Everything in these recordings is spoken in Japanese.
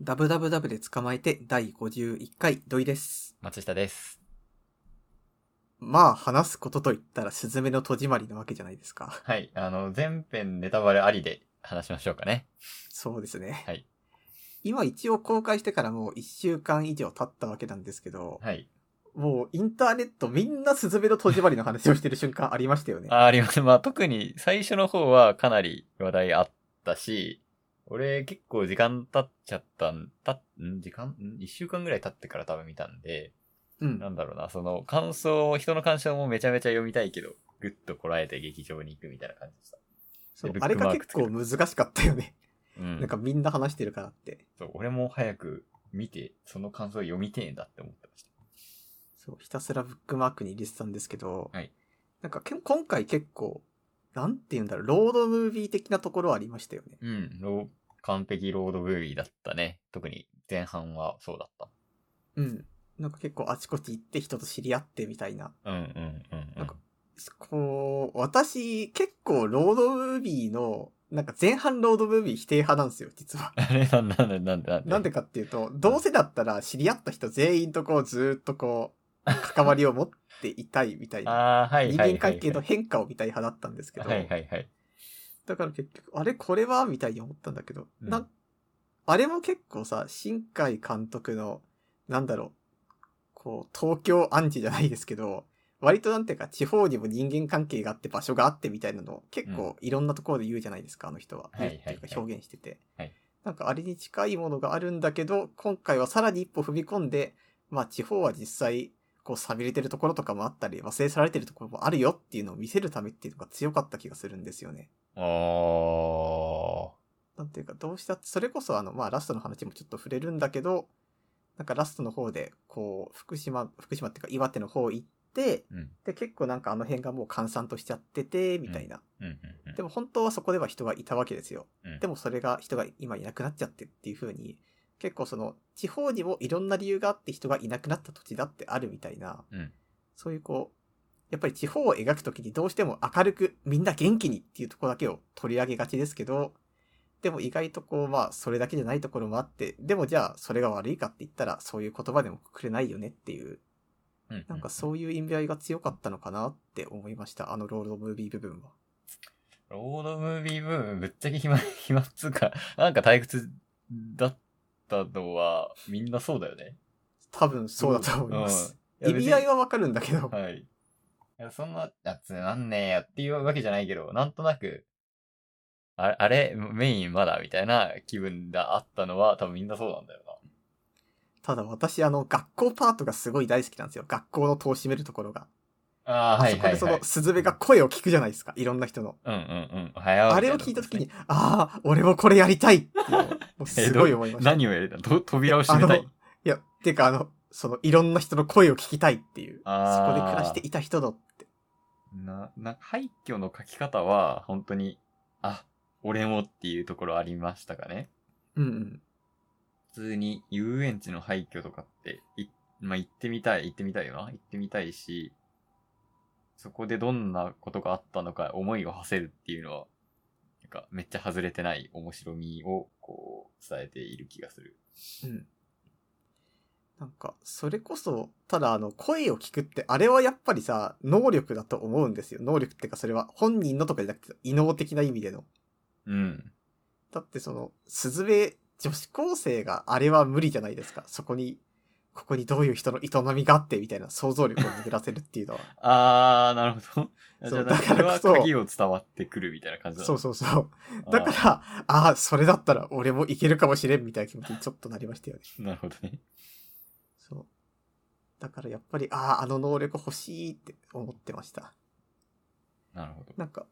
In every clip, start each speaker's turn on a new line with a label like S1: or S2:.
S1: ダブダブダブで捕まえて第51回土井です。
S2: 松下です。
S1: まあ話すことと言ったらスズメの戸締まりなわけじゃないですか。
S2: はい。あの、全編ネタバレありで話しましょうかね。
S1: そうですね。
S2: はい。
S1: 今一応公開してからもう1週間以上経ったわけなんですけど、
S2: はい。
S1: もうインターネットみんなスズメの戸締まりの話をしてる瞬間ありましたよね。
S2: ああります。まあ、特に最初の方はかなり話題あったし、俺結構時間経っちゃったん、たん時間ん一週間ぐらい経ってから多分見たんで、
S1: う。
S2: なんんだろうな、その感想、人の感想もめちゃめちゃ読みたいけど、ぐっとこらえて劇場に行くみたいな感じでした。
S1: そう
S2: ブッ
S1: あ
S2: ク
S1: れが
S2: マーク
S1: 結
S2: つける
S1: 構難しかったよね。
S2: うん。
S1: なんかみんな話してるからって。
S2: そう、俺も早く見て、その感想読みてえんだって思ってました。
S1: そう、ひたすらブックマークに入れてたんですけど、
S2: はい
S1: なんかけん今回結構、なんて言うんだろう、ロードムービー的なところはありましたよね。
S2: うん、ロー完璧ロードブービーだったね。特に前半はそうだっ
S1: うん。なんか結構あちこち行って人と知り合ってみたいな。
S2: た。うんうんうん、う
S1: なん
S2: ん。
S1: か。こう、私結構ロードムービーの、なんか前半ロードムービー否定派なんですよ、実は
S2: あれなんなんでなんでなんで
S1: なんでかっていうと、どうせだったら知り合った人全員とこうずーっとこ う、関わりを持っていたいみたいな。
S2: ああ、はいはい
S1: 人
S2: はい、はい。
S1: 間関係の変化を見たい派だったんですけど、
S2: はいはいはい。
S1: だから結局、あれこれはみたいに思ったんだけど、
S2: うん
S1: な、あれも結構さ、新海監督の、なんだろう、こう、東京アンチじゃないですけど、割となんていうか、地方にも人間関係があって場所があってみたいなのを結構いろんなところで言うじゃないですか、あの人は。
S2: はいはいはい
S1: 言うってうか表現してて。
S2: はい
S1: なんかあれに近いものがあるんだけど、今回はさらに一歩踏み込んで、まあ地方は実際、こう、寂れてるところとかもあったり、忘れ去られてるところもあるよっていうのを見せるためっていうのが強かった気がするんですよね。
S2: お
S1: なんていうか、どうしたって、それこそあの、まあ、ラストの話もちょっと触れるんだけど、なんかラストの方で、こう、福島、福島っていうか岩手の方行って、
S2: ー。うん。
S1: で、結構なんかあの辺がもう閑散としちゃってて、みたいな。
S2: うんうんうん。
S1: でも本当はそこでは人がいたわけですよ。
S2: うん
S1: でもそれが人が今いなくなっちゃってっていう風に、結構その、地方にもいろんな理由があって人がいなくなった土地だってあるみたいな、
S2: うん
S1: そういうこう、やっぱり地方を描くときにどうしても明るくみんな元気にっていうところだけを取り上げがちですけど、でも意外とこう、まあ、それだけじゃないところもあって、でもじゃあ、それが悪いかって言ったら、そういう言葉でもくれないよねっていう、
S2: うう
S1: なんかそういう意味合いが強かったのかなって思いました。あのロードムービー部分は。
S2: ロードムービーブーム、ぶっちゃけ暇、 暇っつうか、なんか退屈だったのは、みんなそうだよね。
S1: 多分そうだと思います。
S2: うん。
S1: 意
S2: や
S1: 味合いはわかるんだけど、
S2: はい。いやそんな、やつなんねえよっていうわけじゃないけど、なんとなく、あれ、あれメインまだみたいな気分があったのは、多分みんなそうなんだよ
S1: ただ私、あの、学校パートがすごい大好きなんですよ。学校の戸を閉めるところが。
S2: な。ああ、
S1: あ
S2: は
S1: そ
S2: い
S1: こ
S2: はい、
S1: で
S2: はい。
S1: その、スズメが声を聞くじゃないですか。いろんな人の。
S2: うんうんうん。おはよう。
S1: あれを聞いたときに、ああ、俺もこれやりたいっていうのをもうすごい思いました。
S2: 何をやりたいと扉を閉めた
S1: あ
S2: い
S1: の。いや、てかあの、その、いろんな人の声を聞きたいっていう。そこ
S2: あー
S1: で暮らしていた人のって。
S2: な、な、廃墟の書き方は、本当に、あ、俺もっていうところありましたかね。
S1: うんうん。
S2: 普通に遊園地の廃墟とかって、いまあ、行ってみたい、行ってみたいよな。行ってみたいし、そこでどんなことがあったのか思いを馳せるっていうのは、なんかめっちゃ外れてない面白みをこう伝えている気がする。
S1: うん。なんか、それこそ、ただあの、声を聞くって、あれはやっぱりさ、能力だと思うんですよ。能力ってか、それは本人のとかじゃなくて、異能的な意味での。
S2: うん。
S1: だってその、スズメ、女子高生があれは無理じゃないですか。そこに、ここにどういう人の営みがあって、みたいな想像力を巡らせるっていうのは。
S2: あー、なるほど。
S1: う
S2: じゃあ、
S1: だ
S2: そ
S1: からこそ
S2: れは鍵を伝わってくるみたいな感じ だ
S1: そうそうそう。
S2: う
S1: だから、ああー、それだったら俺もいけるかもしれん、みたいな気持ちにちょっとなりましたよね。
S2: なるほどね。
S1: そう。だからやっぱり、ああ、あの能力欲しいって思ってました。
S2: なるほど。
S1: なんか、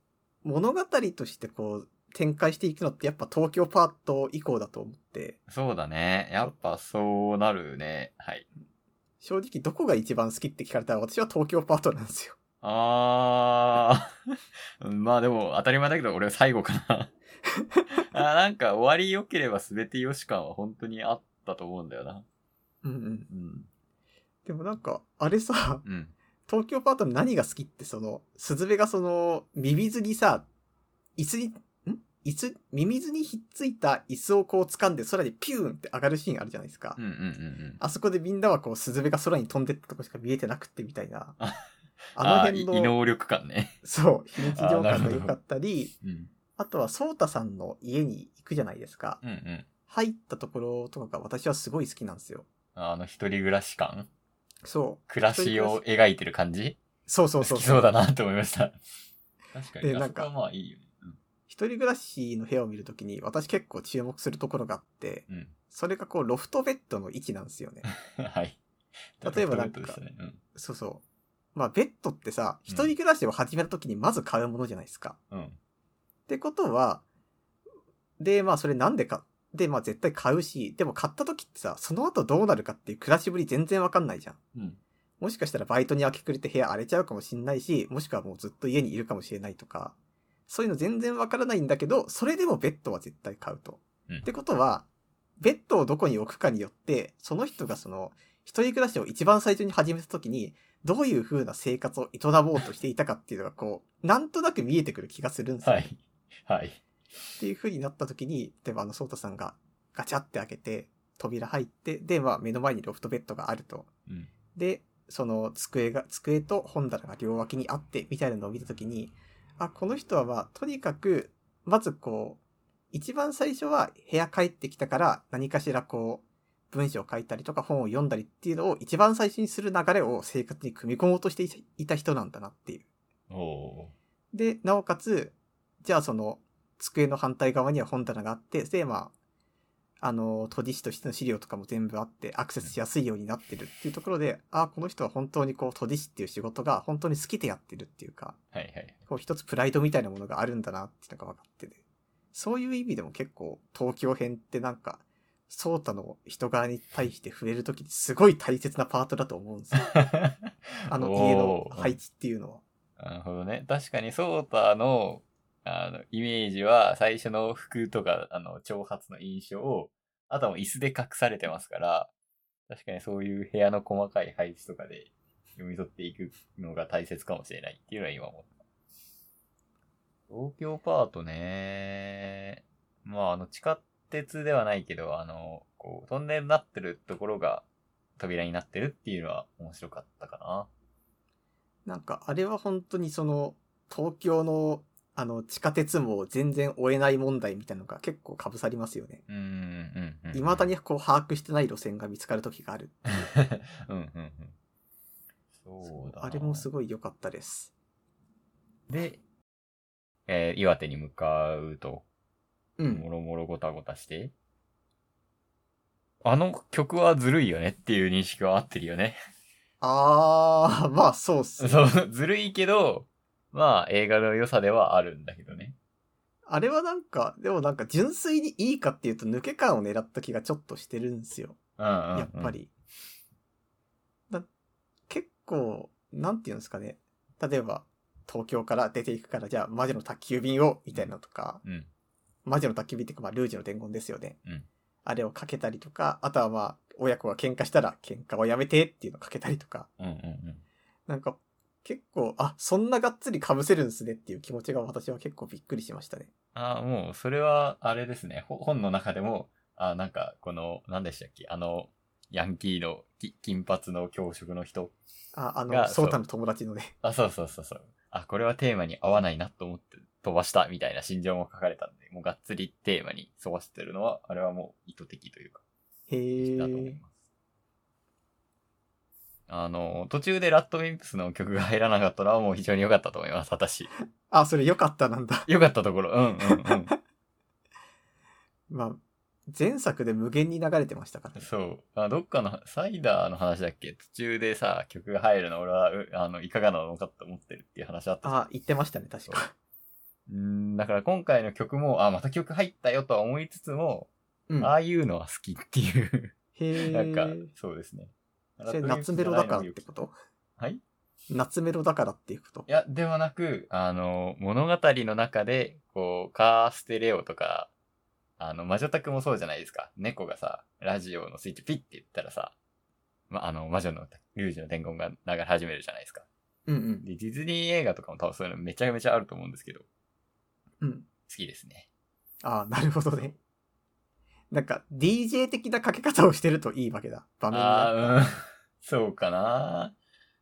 S1: 物語としてこう、展開していくのってやっぱ東京パート以降だと思って、
S2: そうだね。やっぱそうなるね。はい。
S1: 正直どこが一番好きって聞かれたら私は東京パートなんですよ。
S2: あー。まあでも当たり前だけど俺は最後か な。あーなんか終わり良ければ全て良し感は本当にあったと思うんだよな。
S1: うんうん。
S2: うん。
S1: でもなんか、あれさ、
S2: うん。
S1: 東京パートの何が好きってその、スズメがその、ミミズにさ、椅子に、ん椅子、ミミズにひっついた椅子をこう掴んで空にピューンって上がるシーンあるじゃないですか。
S2: うんうんうんうん。
S1: あそこでみんなはこう、スズメが空に飛んでったとこしか見えてなくってみたいな。
S2: あ
S1: あの
S2: ー
S1: 辺
S2: い異
S1: の、
S2: 能力感ね。
S1: そう、非日常
S2: あーな
S1: 感
S2: るほ
S1: が
S2: ど
S1: 良かったり、
S2: うん。
S1: あとは、ソータさんの家に行くじゃないですか。
S2: うんうん。
S1: 入ったところとかが私はすごい好きなんですよ。
S2: あの、一人暮らし感
S1: そう。
S2: 暮らしを描いてる感じ
S1: そうそう
S2: 好
S1: そう
S2: き。そうだなと思いました。確かに。
S1: で
S2: あ
S1: なん
S2: そ
S1: か
S2: こはまあいいよね。
S1: 一人暮らしの部屋を見るときに、私結構注目するところがあって、
S2: うん。
S1: それがこう、ロフトベッドの位置なんですよ ね。
S2: うんはい。
S1: 例えばなんか
S2: ドラフトベッドでしたね
S1: そうそう。まあ、ベッドってさ、
S2: うん
S1: 一人暮らしを始めるときにまず買うものじゃないですか。
S2: うん。うん。
S1: ってことは、で、まあそれなんでか。で、まあ絶対買うし、でも買った時ってさ、その後どうなるかっていう暮らしぶり全然わかんないじゃん。
S2: うん。
S1: もしかしたらバイトに明け暮れて部屋荒れちゃうかもしんないし、もしくはもうずっと家にいるかもしれないとか、そういうの全然わからないんだけど、それでもベッドは絶対買うと。
S2: うん
S1: ってことは、ベッドをどこに置くかによって、その人がその、一人暮らしを一番最初に始めた時に、どういう風な生活を営もうとしていたかっていうのがこう、なんとなく見えてくる気がするんですよ。
S2: はい。はい。
S1: っていう風になった時に、例えばあの、ソータさんがガチャって開けて、扉入って、で、まあ目の前にロフトベッドがあると。
S2: うん。
S1: で、その机が、机と本棚が両脇にあって、みたいなのを見た時に、あ、この人はまあ、とにかく、まずこう、一番最初は部屋帰ってきたから何かしらこう、文章を書いたりとか本を読んだりっていうのを一番最初にする流れを生活に組み込もうとしていた人なんだなっていう。
S2: おお
S1: で、なおかつ、じゃあその、机の反対側には本棚があって、で、まあ、あの、研ぎ師としての資料とかも全部あって、アクセスしやすいようになってるっていうところで、ああ、この人は本当にこう、研ぎ師っていう仕事が本当に好きでやってるっていうか、
S2: ー。はいはい。
S1: こう一つプライドみたいなものがあるんだなっていうのが分かってて、そういう意味でも結構、東京編ってなんか、ソータの人柄に対して触れるときにすごい大切なパートだと思うんですよ。あの家の
S2: おー
S1: 配置っていうのは。
S2: なるほどね。確かに、ソータの、あの、イメージは、最初の服とか、あの、長髪の印象を、あとはもう椅子で隠されてますから、確かにそういう部屋の細かい配置とかで読み取っていくのが大切かもしれないっていうのは今思った。東京パートね。まあ、あの、地下鉄ではないけど、あの、こう、トンネルになってるところが扉になってるっていうのは面白かったかな。
S1: なんか、あれは本当にその、東京の、あの、地下鉄網全然追えない問題みたいなのが結構被さりますよね。
S2: うん、うん、うん。
S1: 未だにこう、把握してない路線が見つかる時がある。
S2: うんうんうん。そうだな。
S1: あれもすごい良かったです。
S2: で、えー岩手に向かうと、
S1: うん。
S2: もろもろごたごたして、あの曲はずるいよねっていう認識は合ってるよね。
S1: あー、 まあそうっすね。
S2: そう、ずるいけど、まあ映画の良さではあるんだけどね。
S1: あれはなんか、でもなんか純粋にいいかっていうと抜け感を狙った気がちょっとしてるんですよ。
S2: うんうん、うん。
S1: やっぱ。り。だ結構、なんていうんですかね。例えば、東京から出ていくから、じゃあ、魔女の宅急便を、みたいなのとか、
S2: うん。
S1: 魔女の宅急便っていうか、まあ、ルージュの伝言ですよね。
S2: うん
S1: あれをかけたりとか、あとはまあ、親子が喧嘩したら、喧嘩はやめてっていうのをかけたりとか、
S2: うんうんうん。
S1: なんか、結構、あ、そんながっつり被せるんすねっていう気持ちが私は結構びっくりしましたね。
S2: ああ、もう、それは、あれですね。ほ本の中でも、あーなんか、この、何でしたっけあの、ヤンキーの、き金髪の教職の人
S1: あ、あの、
S2: がそ
S1: ソ
S2: う
S1: ータの友達のね。
S2: あ、そうそうそうそう。あ、これはテーマに合わないなと思って飛ばしたみたいな心情も書かれたんで、もうがっつりテーマに沿わせてるのは、あれはもう意図的というか、
S1: へ
S2: だと思い
S1: ー。
S2: ます。あの、途中でラットウィンプスの曲が入らなかったのはもう非常に良かったと思います、私。
S1: あ、それ良かったなんだ。
S2: 良かったところ、うんうんうん。
S1: まあ、前作で無限に流れてましたからね。
S2: そう。あどっかの、サイダーの話だっけ途中でさ、曲が入るの俺は、うあの、いかがなのかと思ってるっていう話あったじゃん
S1: あ、言ってましたね、確か。
S2: うん、だから今回の曲も、あ、また曲入ったよとは思いつつも、
S1: うん。
S2: あ
S1: へ
S2: あ いうのは好きっていう、な
S1: え。
S2: んか、そうですね。
S1: それ夏メロだからってこと
S2: はいい
S1: 夏メロだからっていうこと
S2: や、ではなく、あの、物語の中で、こう、カーステレオとか、あの、魔女宅もそうじゃないですか。猫がさ、ラジオのスイッチピッて言ったらさ、ま、あの、魔女の、ルージュの伝言が流れ始めるじゃないですか。
S1: うんうん。
S2: で、ディズニー映画とかも多分そういうのめちゃめちゃあると思うんですけど、好
S1: うん。
S2: きですね。
S1: ああ、なるほどね。なんか DJ 的なかけ方をしてるといいわけだ。場面
S2: あ
S1: が。
S2: あー、うん。 そうかな。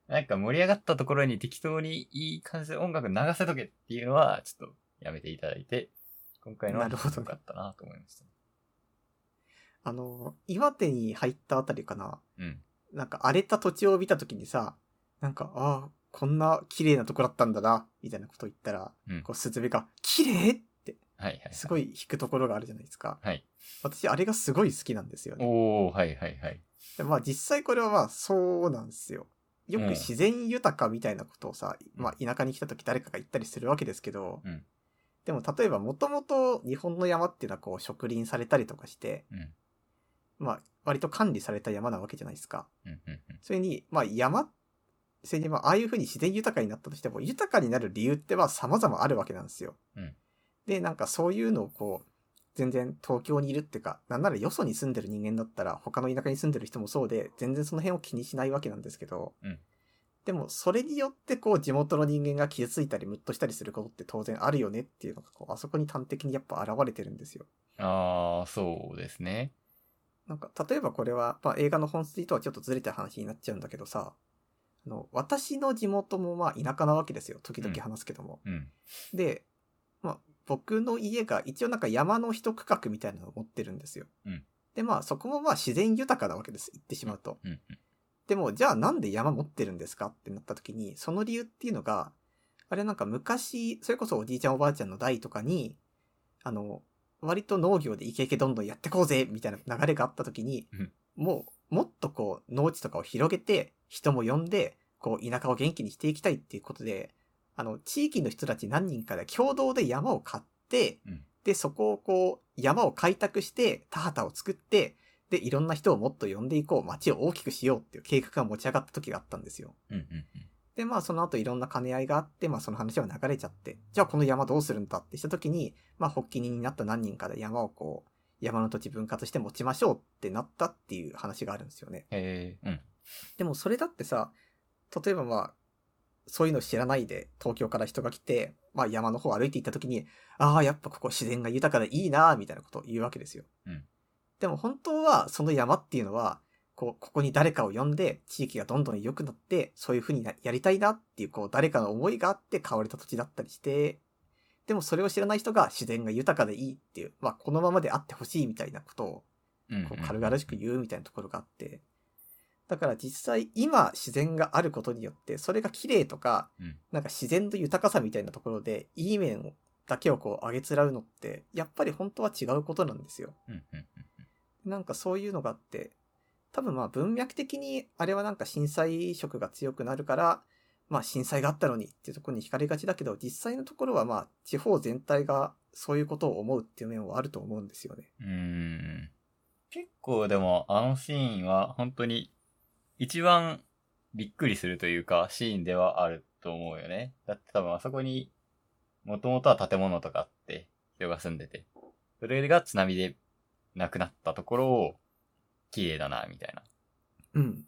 S2: なんか盛り上がったところに適当にいい感じで音楽流せとけっていうのは、ちょっとやめていただいて、今回のは
S1: なる
S2: 良
S1: ほど
S2: かったなと思いました。
S1: あの、岩手に入ったあたりかな。
S2: うん。
S1: なんか荒れた土地を見たときにさ、なんか、ああ、こんな綺麗なとこだったんだな、みたいなこと言ったら、
S2: うん
S1: こう、スズメが、綺麗って、
S2: はいはい、はい。
S1: すごい引くところがあるじゃないですか。
S2: はい。
S1: 私、あれがすごい好きなんですよね。
S2: おー、はいはいはい。
S1: でまあ実際これはまあそうなんですよ。よく
S2: うん
S1: 自然豊かみたいなことをさ、
S2: うん
S1: まあ田舎に来た時誰かが言ったりするわけですけど、
S2: うん
S1: でも例えばもともと日本の山っていうのはこう植林されたりとかして、
S2: うん。
S1: まあ割と管理された山なわけじゃないですか。
S2: うんうんうん。
S1: それに、まあ山、それにまあああいうふうに自然豊かになったとしても、豊かになる理由ってまあ様々あるわけなんですよ。
S2: うん
S1: で、なんかそういうのをこう、全然東京にいるっていうか、なんならよそに住んでる人間だったら、他の田舎に住んでる人もそうで、全然その辺を気にしないわけなんですけど、
S2: うん
S1: でもそれによってこう地元の人間が傷ついたりムッとしたりすることって当然あるよねっていうのがこう、あそこに端的にやっぱ現れてるんですよ。
S2: ああ、そうですね。
S1: なんか、例えばこれは、まあ、映画の本筋とはちょっとずれた話になっちゃうんだけどさ、あの、私の地元もまあ田舎なわけですよ。時々話すけども。
S2: うん。
S1: で、まあ、僕の家が一応なんか山の一区画みたいなのを持ってるんですよ。
S2: うん
S1: で、まあ、そこもまあ自然豊かなわけです。言ってしまうと。
S2: うん。
S1: でも、じゃあなんで山持ってるんですかってなった時に、その理由っていうのが、あれなんか昔、それこそおじいちゃんおばあちゃんの代とかに、あの、割と農業でイケイケどんどんやってこうぜみたいな流れがあった時に
S2: うん、
S1: もう、もっとこう、農地とかを広げて、人も呼んで、こう、田舎を元気にしていきたいっていうことで、あの、地域の人たち何人かで共同で山を買って、
S2: うん
S1: で、そこをこう、山を開拓して、田畑を作って、で、いろんな人をもっと呼んでいこう、街を大きくしようっていう計画が持ち上がった時があったんですよ。
S2: うん。うん。
S1: で、まあその後いろんな兼ね合いがあって、まあその話は流れちゃって、じゃあこの山どうするんだってした時に、まあ発起人になった何人かで山をこう、山の土地分割して持ちましょうってなったっていう話があるんですよね。
S2: へえ。うん。
S1: でもそれだってさ、例えばまあ、そういうの知らないで東京から人が来て、まあ山の方歩いて行った時に、ああ、やっぱここ自然が豊かでいいなあみたいなことを言うわけですよ。
S2: うん
S1: でも本当はその山っていうのは、こう、ここに誰かを呼んで、地域がどんどん良くなって、そういう風になやりたいなっていう、こう、誰かの思いがあって買われた土地だったりして、でもそれを知らない人が自然が豊かでいいっていう、まあこのままであってほしいみたいなことを
S2: うん。
S1: こう軽々しく言うみたいなところがあって、だから実際今自然があることによって、それが綺麗とか、
S2: うん
S1: なんか自然の豊かさみたいなところで、いい面だけをこう上げつらうのって、やっぱり本当は違うことなんですよ。
S2: うん。うん。うん。
S1: なんかそういうのがあって、多分まあ文脈的にあれはなんか震災色が強くなるから、まあ震災があったのにっていうところに惹かれがちだけど、実際のところはまあ地方全体がそういうことを思うっていう面はあると思うんですよね。
S2: うーん結構でもあのシーンは本当に一番びっくりするというかシーンではあると思うよね。だって多分あそこにもともとは建物とかあって人が住んでて、それが津波でなくなったところを綺麗だなみたい
S1: うん。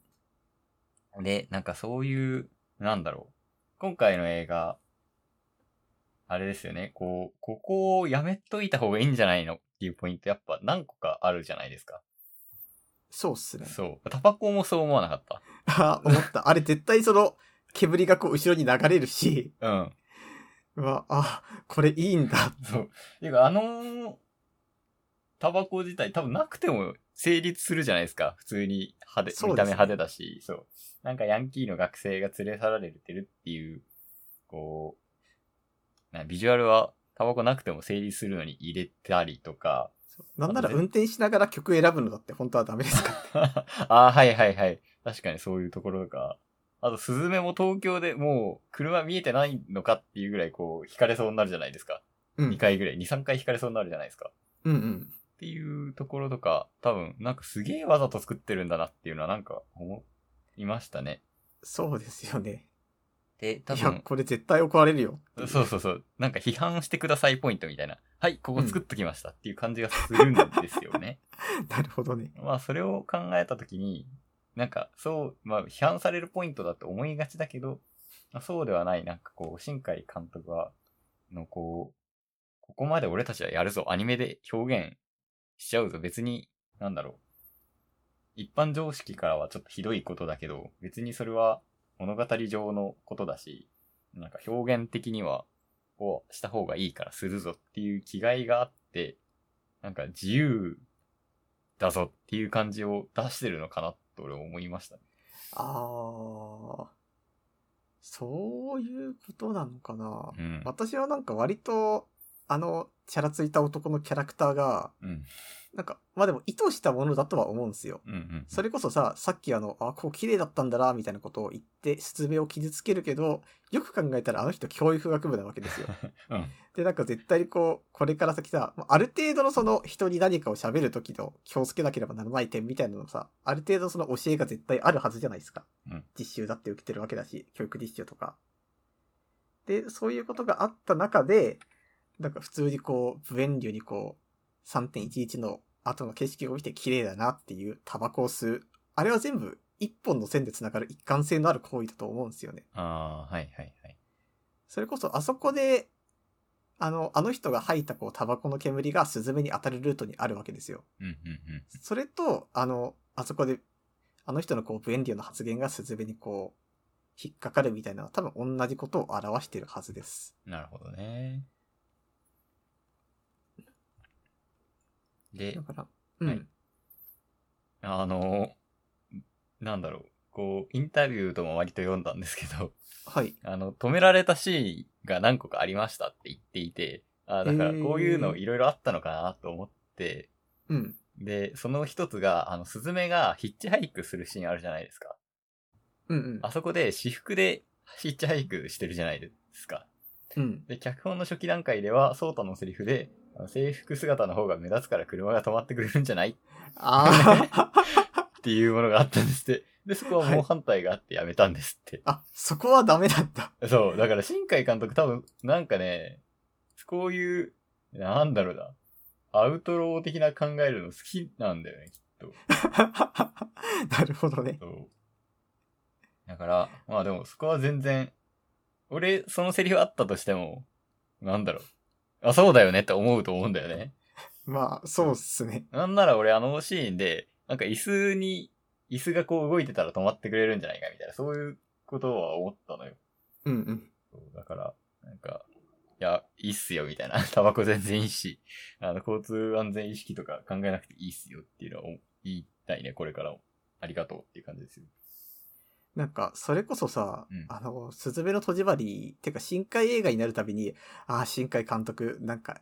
S2: な。で、なんかそういう、なんだろう。今回の映画、あれですよね。こう、ここをやめといた方がいいんじゃないのっていうポイントやっぱ何個かあるじゃないですか。
S1: そうっすね。
S2: そう。タバコもそう思わなかっ
S1: あ、思った。あれ絶対その、煙がこう後ろに流れるし、
S2: た。うん。
S1: うわ、あ、これいいんだ。
S2: そう。てか、あのータバコ自体多分なくても成立するじゃないですか。普通に派手、
S1: そう
S2: 見
S1: です
S2: た目
S1: ね
S2: 派手だし、そう。なんかヤンキーの学生が連れ去られてるっていう、こう、なビジュアルはタバコなくても成立するのに入れたりとか、
S1: なんなら運転しながら曲選ぶのだって本当はダメですか
S2: ああ、はいはいはい。確かにそういうところとか。あと、スズメも東京でもう車見えてないのかっていうぐらいこう、惹かれそうになるじゃないですか。
S1: うん。う
S2: 2
S1: ん
S2: 回ぐらい、2、3回惹かれそうになるじゃないですか。
S1: うん。
S2: っていうところとか、多分、なんかすげえわざと作ってるんだなっていうのはなんか思いましたね。
S1: そうですよね。
S2: で、多
S1: いや、
S2: 分、
S1: これ絶対怒られるよ。
S2: そうそうそう、なんか批判してくださいポイントみたいな、はい、ここ作っときましたっていう感じがするんですよね。
S1: なるほどね。
S2: まあ、それを考えたときに、なんか、そう、まあ、批判されるポイントだと思いがちだけど、まあそうではない、なんかこう、新海監督は、のこう、ここまで俺たちはやるぞ、アニメで表現しちゃうぞ、別に、なんだろう。一般常識からはちょっとひどいことだけど、別にそれは物語上のことだし、なんか表現的には、をした方がいいからするぞっていう気概があって、なんか自由だぞっていう感じを出してるのかなと俺思いましたね。
S1: ああ、そういうことなのかな。
S2: うん。
S1: 私はなんか割と、あの、チャラついた男のキャラクターが、
S2: うん。
S1: なんか、まあでも意図したものだとは思うんですよ。
S2: うんうん。
S1: それこそさ、さっきあの、あ、こう綺麗だったんだな、みたいなことを言って、説明を傷つけるけど、よく考えたらあの人教育学部なわけですよ。
S2: うん。
S1: で、なんか絶対にこう、これから先さ、まあある程度のその人に何かを喋る時の気をつけなければならない点みたいなのもさ、ある程度その教えが絶対あるはずじゃないですか。
S2: うん
S1: 実習だって受けてるわけだし、教育実習とか。で、そういうことがあった中で、なんか普通にこう、無遠慮にこう、3.11の後の景色を見て綺麗だなっていうタバコを吸う。あれは全部一本の線で繋がる一貫性のある行為だと思うんですよね。
S2: ああ、はいはいはい。
S1: それこそあそこで、あの、あの人が吐いたこう、タバコの煙がスズメに当たるルートにあるわけですよ。
S2: うんうんうん。
S1: それと、あの、あそこで、あの人のこう、ブエンリオの発言がスズメにこう、引っかかるみたいなのは多分同じことを表してるはずです。
S2: なるほどね。で
S1: だ、から、うん。
S2: はいあのなんだろう、こう、インタビューとも割と読んだんですけど、
S1: はい。
S2: あの、止められたシーンが何個かありましたって言っていて、あだから
S1: へー
S2: こういうのいろいろあったのかなと思って、
S1: うん。
S2: で、その一つが、あの、スズメがヒッチハイクするシーンあるじゃないですか。
S1: うんうん。
S2: あそこで私服でヒッチハイクしてるじゃないですか。
S1: うん。
S2: で、脚本の初期段階では、ソータのセリフで、あの制服姿の方が目立つから車が止まってくれるんじゃない
S1: ああ。
S2: っていうものがあったんですって。で、そこはもう反対があってやめたんですって。
S1: あ、そこはダメだった。
S2: そう、だから新海監督多分、なんかね、こういう、なんだろうな、アウトロー的な考えるの好きなんだよね、きっと。
S1: なるほどね。
S2: そう。だから、まあでもそこは全然、俺、そのセリフあったとしても、なんだろう。あ、そうだよねって思うと思うんだよね。
S1: まあ、そうっすね。
S2: なんなら俺あのシーンで、なんか椅子に、椅子がこう動いてたら止まってくれるんじゃないかみたいな、そういうことは思ったのよ。
S1: うんうん。
S2: そうだから、なんか、いや、いいっすよ、みたいな。 タバコ全然いいし、あの、交通安全意識とか考えなくていいっすよっていうのはお言いたいね、これからも。ありがとうっていう感じですよ。
S1: なんか、それこそさ、
S2: うん
S1: あの、すずめの戸締まり、てか深海映画になるたびに、ああ、深海監督、なんか、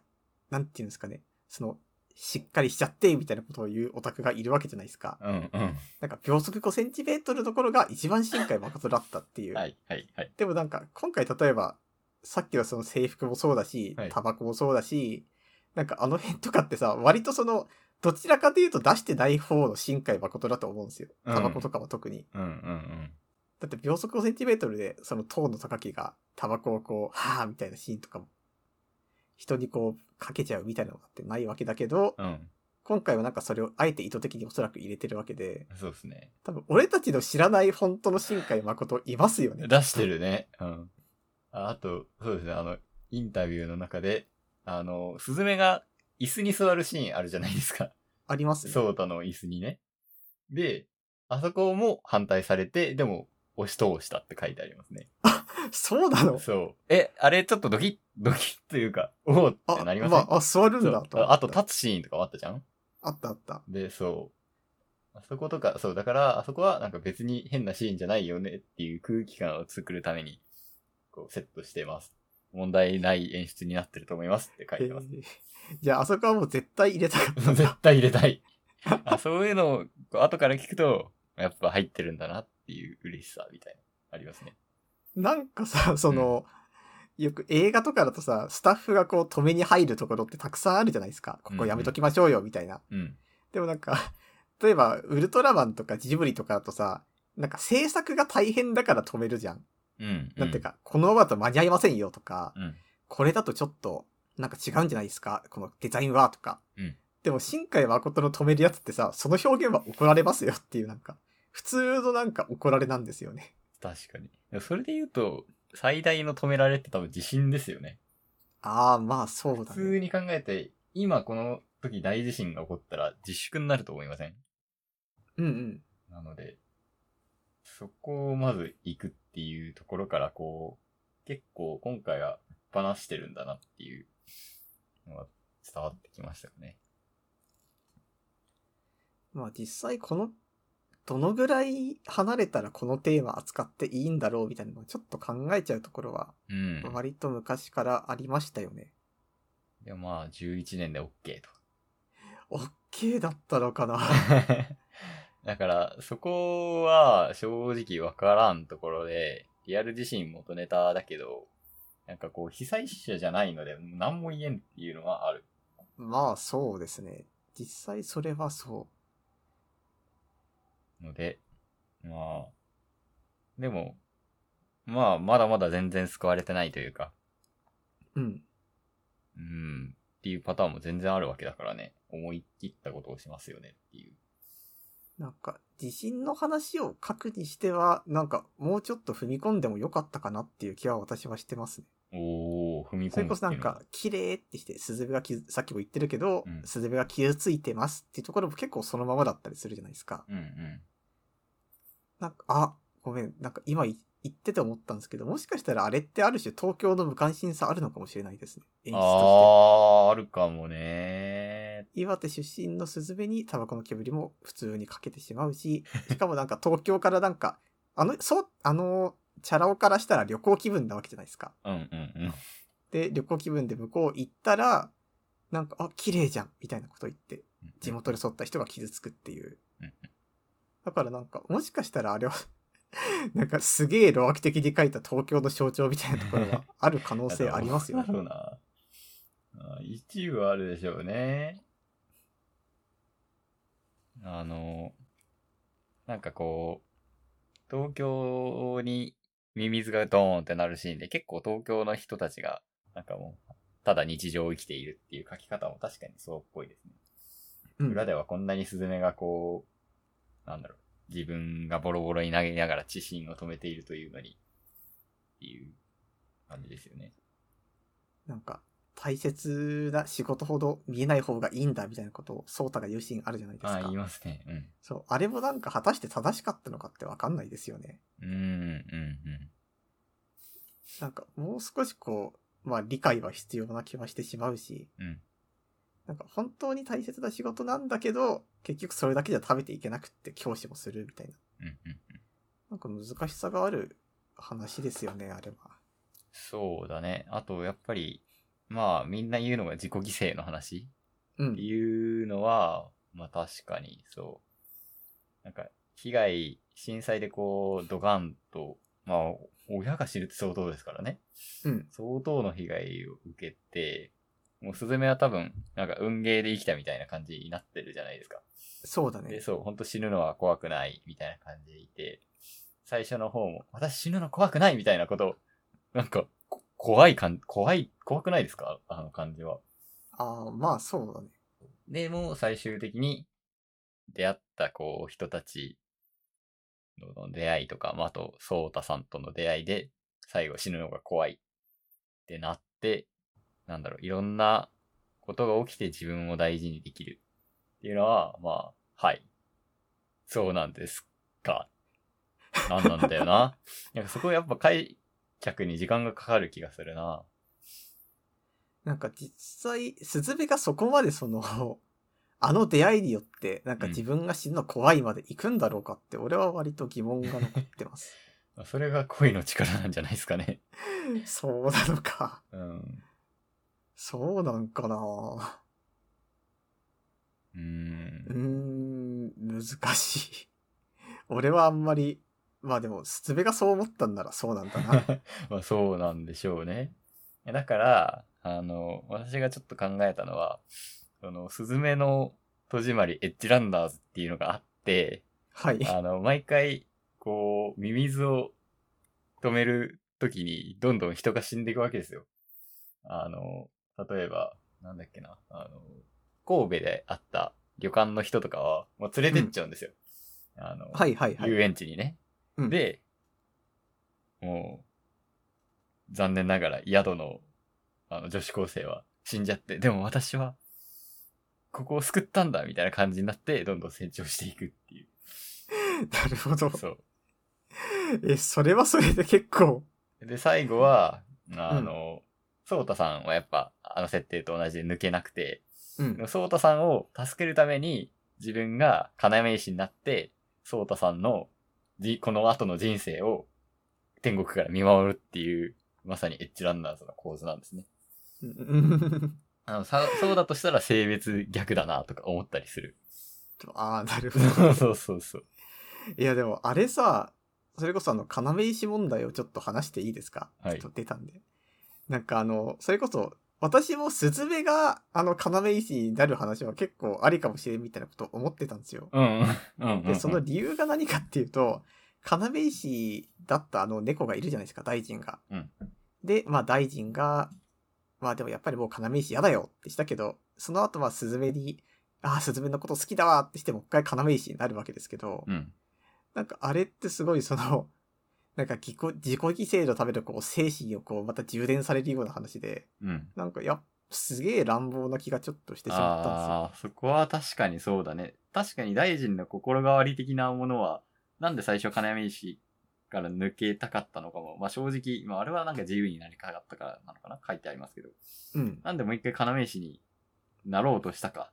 S1: なんていうんですかね、その、しっかりしちゃって、みたいなことを言うオタクがいるわけじゃないですか。
S2: うんうん。
S1: なんか、秒速5センチメートルの頃が一番深海誠だったっていう。
S2: はい、はい、はい。
S1: でもなんか、今回例えば、さっきのその制服もそうだし
S2: はい、
S1: タバコもそうだし、なんかあの辺とかってさ、割とその、どちらかというと出してない方の深海誠だと思うんですよ。タバコとかは特に。
S2: うんうんうん。
S1: だって秒速5センチメートルで、その塔の高木がタバコをこう、はぁみたいなシーンとかも、人にこう、かけちゃうみたいなのってないわけだけど、
S2: うん。
S1: 今回はなんかそれをあえて意図的におそらく入れてるわけで、
S2: そうですね。
S1: 多分俺たちの知らない本当の新海誠いますよね。
S2: 出してるね。うん。ああと、そうですね、あの、インタビューの中で、あの、スズメが椅子に座るシーンあるじゃないですか。
S1: ありますね。
S2: ソータの椅子にね。で、あそこも反対されて、でも、押し通したって書いてありますね。
S1: そうなの
S2: そう。え、あれちょっとドキッ、ドキッというか、おおっ
S1: あ、
S2: てなりません
S1: まあ、あ、座るんだと思った
S2: ああと立つシーンとかもあったじゃん
S1: あったあった。
S2: で、そう。あそことか、そう、だから、あそこはなんか別に変なシーンじゃないよねっていう空気感を作るために、こう、セットしてます。問題ない演出になってると思いますって書いてます。
S1: えーじゃあ、あそこはもう絶対入れたかったんだ。
S2: 絶対入れたい。あそういうのをこう後から聞くと、やっぱ入ってるんだなっていう嬉しさみたいな、ありますね。
S1: なんかさ、その、よく映画とかだとさ、スタッフがこう止めに入るところってたくさんあるじゃないですか。ここやめときましょうよ、みたいな。
S2: うん。
S1: でもなんか、 例えば、ウルトラマンとかジブリとかだとさ、なんか制作が大変だから止めるじゃん。
S2: うん。
S1: なんていうか、このままだと間に合いませんよとか、
S2: うん。
S1: これだとちょっと、なんか違うんじゃないですかこのデザインはとか。
S2: うん
S1: でも、新海誠の止めるやつってさ、その表現は怒られますよっていうなんか、普通のなんか怒られなんですよね。
S2: 確かに。それで言うと、最大の止められって多分地震ですよね。
S1: ああ、まあそうだ
S2: 普通
S1: ね。
S2: に考えて、今この時大地震が起こったら自粛になると思いません
S1: うんうん。
S2: なので、そこをまず行くっていうところから、こう、結構今回はぶっ放してるんだなっていうのが伝わってきましたよね。
S1: まあ実際この、どのぐらい離れたらこのテーマ扱っていいんだろうみたいなのをちょっと考えちゃうところは
S2: うん。
S1: 割と昔からありましたよね。
S2: いや、まあ、11年で OK と。
S1: オッケーだったのかな
S2: だから、そこは正直わからんところで、リアル自身元ネタだけど、なんかこう、被災者じゃないので、何も言えんっていうのはある。
S1: まあそうですね。実際それはそ
S2: ので、まあ、でも、まあ、まだまだ全然救われてないというか、
S1: う。うん。
S2: うん、っていうパターンも全然あるわけだからね、思い切ったことをしますよねっていう。
S1: なんか地震の話を書くにしては、なんかもうちょっと踏み込んでもよかったかなっていう気は私はしてますね。
S2: おー、踏み込むって
S1: そ
S2: い
S1: れ
S2: うの
S1: こ
S2: が
S1: そなんか、綺麗ってして、スズメが傷、さっきも言ってるけど、
S2: うん
S1: スズメが傷ついてますっていうところも結構そのままだったりするじゃないですか。
S2: うんうん。
S1: なんか、あ、ごめん、なんか今い言ってて思ったんですけど、もしかしたらあれってある種東京の無関心さあるのかもしれないですね。演出として。
S2: あー、あるかもね。
S1: 岩手出身のスズメにタバコの煙も普通にかけてしまうし、 しかもなんか東京からなんか、あの、そう、あの、チャラ男からしたら旅行気分なわけじゃないですか。
S2: うんうんうん。
S1: で、旅行気分で向こう行ったら、なんか、あ、綺麗じゃんみたいなこと言って、地元で沿った人が傷つくっていう
S2: うん。
S1: だからなんか、もしかしたらあれは、 なんかすげえ老悪的に書いた東京の象徴みたいなところはある可能 性ありますよ
S2: ね。どう
S1: ね。
S2: だろうな。あ一部はあるでしょうね。あの、なんかこう、東京にミミズがドーンってなるシーンで結構東京の人たちが、なんかもう、ただ日常を生きているっていう書き方も確かにそうっぽいですね。
S1: うん
S2: 裏ではこんなにスズメがこう、なんだろう、自分がボロボロに投げながら地震を止めているというのに、っていう感じですよね。
S1: なんか、大切な仕事ほど見えない方がいいんだみたいなことを、ソータが言うシーンあるじゃないです
S2: ああ、
S1: か
S2: 言い。ますね。うん。
S1: そう、あれもなんか果たして正しかったのかってわかんないですよね。
S2: うん、うん、
S1: なんか、もう少しこう、まあ理解は必要な気はしてしまうし、
S2: うん。うん。
S1: なんか本当に大切な仕事なんだけど、結局それだけじゃ食べていけなくって教師もするみたいな。
S2: うん、うん。
S1: なんか難しさがある話ですよね、あれは。
S2: そうだね。あと、やっぱり、まあ、みんな言うのが自己犠牲の話
S1: う
S2: って
S1: ん。
S2: いうのは、まあ確かにそう。なんか、被害、震災でこう、ドカンと、まあ、親が知るって相当ですからね。
S1: うん。
S2: 相当の被害を受けて、もうスズメは多分、なんか運ゲーで生きたみたいな感じになってるじゃないですか。
S1: そうだ
S2: で、
S1: ね。
S2: そう、ほんと死ぬのは怖くないみたいな感じでいて、最初の方も、私死ぬの怖くないみたいなことを、なんか、こ怖い感、怖い、怖くないですかあの感じは。
S1: ああ、まあそうだね。
S2: でも、最終的に出会ったこう人たちの出会いとか、まあ、あと、ソータさんとの出会いで、最後死ぬのが怖いってなって、なんだろう、いろんなことが起きて自分を大事にできるっていうのは、まあ、はい。そうなんですか。なんなんだよな。 なんかそこやっぱ解釈に時間がかかる気がするな。
S1: なんか実際、スズメがそこまでその、 あの出会いによって、なんか自分が死ぬの怖いまで行くんだろうかって、俺は割と疑問が残って ます。
S2: それが恋の力なんじゃないですかね。
S1: そうなのか。
S2: うん。
S1: そうなんかな。
S2: う
S1: うー
S2: ん。
S1: ん、難しい。 俺はあんまり、まあでも、スズメがそう思ったんならそうなんだ な。
S2: まあそうなんでしょうね。だから、あの、私がちょっと考えたのは、その、スズメの戸締まりエッジランダーズっていうのがあって、
S1: はい。
S2: あの、毎回、こう、ミミズを止めるときに、どんどん人が死んでいくわけですよ。あの、例えば、なんだっけな、あの、神戸であった旅館の人とかは、もう連れてっちゃうんですよ。あの、
S1: はいはいはい。
S2: 遊園地にね。
S1: うん
S2: で、もう、残念ながら宿の、あの、女子高生は死んじゃって、でも私は、ここを救ったんだみたいな感じになって、どんどん成長していくっ ていう。
S1: なるほど。
S2: そう。
S1: え、それはそれで結構。
S2: で、最後は、あの、ソータさんはやっぱ、あの設定と同じで抜けなくて、
S1: うん。
S2: ソータさんを助けるために、自分が要石になって、ソータさんのじ、この後の人生を天国から見守るっていう、まさにエッジランナーズの構図なんですね。
S1: うん
S2: あの、さそうだとしたら性別逆だなとか思ったりする。
S1: ああ、なるほど。
S2: そう そうそうそう。
S1: いやでもあれさ、それこそあの、要石問題をちょっと話していいですか
S2: はい
S1: ちょっと出たんで。なんかあの、それこそ、私もスズメがあの、要石になる話は結構ありかもしれんみたいなこと思ってたんですよ。
S2: うんうん。うん、うん。
S1: で、その理由が何かっていうと、要石だったあの猫がいるじゃないですか、大臣が。
S2: うん
S1: で、まあ大臣が、まあでもやっぱりもう要石嫌だよってしたけど、その後まあスズメに、ああ、スズメのこと好きだわってしてもう一回要石になるわけですけど、
S2: うん。
S1: なんかあれってすごいその、なんか自己自己犠牲のためのこう精神をこうまた充電されるような話で、
S2: うん。
S1: なんかやっすげえ乱暴な気がちょっとしてしまったんですよ。
S2: ああー、そこは確かにそうだね。確かに大臣の心変わり的なものは、なんで最初金山石から抜けたかったのかも。まあ正直、まああれはなんか自由になりたかったからなのかな書いてありますけど。
S1: うん。
S2: なんでもう一回金石になろうとしたか。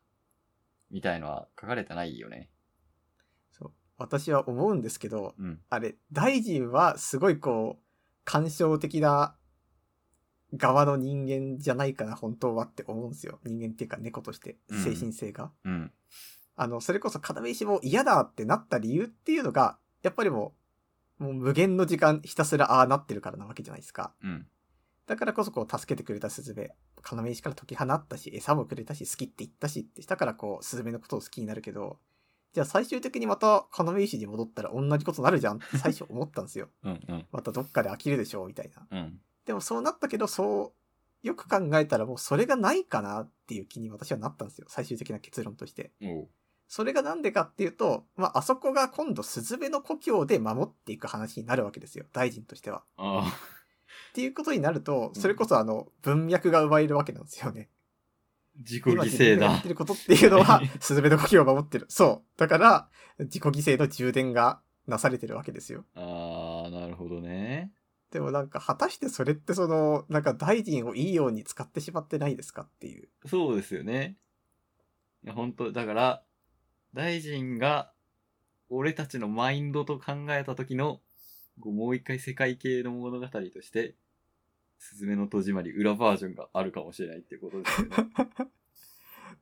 S2: みたいのは書かれてないよね。
S1: そう。私は思うんですけど、
S2: うん。
S1: あれ、大臣はすごいこう、干渉的な側の人間じゃないかな、本当はって思うんですよ。人間っていうか猫として、
S2: うん
S1: 精神性が。
S2: うん。
S1: あの、それこそ片石も嫌だってなった理由っていうのが、やっぱりもう、もう無限の時間ひたすらああなってるからなわけじゃないですか。
S2: うん。
S1: だからこそこう助けてくれたスズメ、要石から解き放ったし、餌もくれたし、好きって言ったしってしたからこう、スズメのことを好きになるけど、じゃあ最終的にまた要石に戻ったら同じことになるじゃんって最初思ったんですよ。
S2: うん。うん。
S1: またどっかで飽きるでしょうみたいな。
S2: うん。
S1: でもそうなったけど、そう、よく考えたらもうそれがないかなっていう気に私はなったんですよ。最終的な結論として。
S2: おう
S1: それがなんでかっていうと、まあ、あそこが今度、スズメの故郷で守っていく話になるわけですよ。大臣としては。
S2: ああ。
S1: っていうことになると、それこそあの、文脈が奪えるわけなんですよね。
S2: 自己
S1: 今
S2: 犠牲
S1: 自分がやっ
S2: だ
S1: て。ることっていうのは、スズメの故郷を守ってる。そう。だから、自己犠牲の充電がなされてるわけですよ。
S2: ああ、なるほどね。
S1: でもなんか、果たしてそれってその、なんか大臣をいいように使ってしまってないですかっていう。
S2: そうですよね。いや、本当だから、大臣が、俺たちのマインドと考えた時の、こうもう一回世界系の物語として、すずめの戸締まり裏バージョンがあるかもしれないっていうことですよね。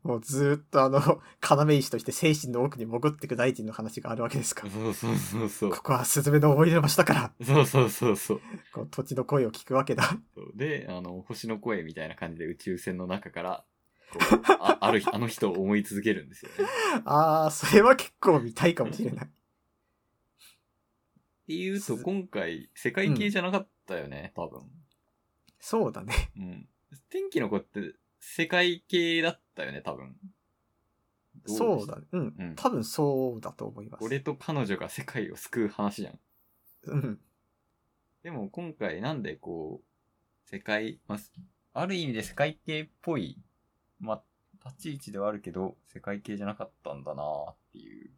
S1: もうずーっとあの、 要石として精神の奥に潜っていく大臣の話があるわけですから。
S2: そうそうそうそう。
S1: ここはスズメの思い出の場所だから。
S2: そうそうそうそう。
S1: こう土地の声を聞くわけだ。
S2: そうで、あの、星の声みたいな感じで宇宙船の中から、こうあある日、あの人を思い続けるんですよね。
S1: あー、それは結構見たいかもしれない。
S2: っていうと、
S1: す
S2: 今回、世界系じゃなかったよね、多分。
S1: そうだね。
S2: うん。天気の子って世界系だったよね、多分。どでした
S1: そうだね。うん。
S2: うん
S1: 多分そうだと思います。
S2: 俺と彼女が世界を救う話じゃん。
S1: うん。
S2: でも今回なんでこう、世界、まあ、すある意味で世界系っぽい、まあ、立ち位置ではあるけど、世界系じゃなかったんだなっていう。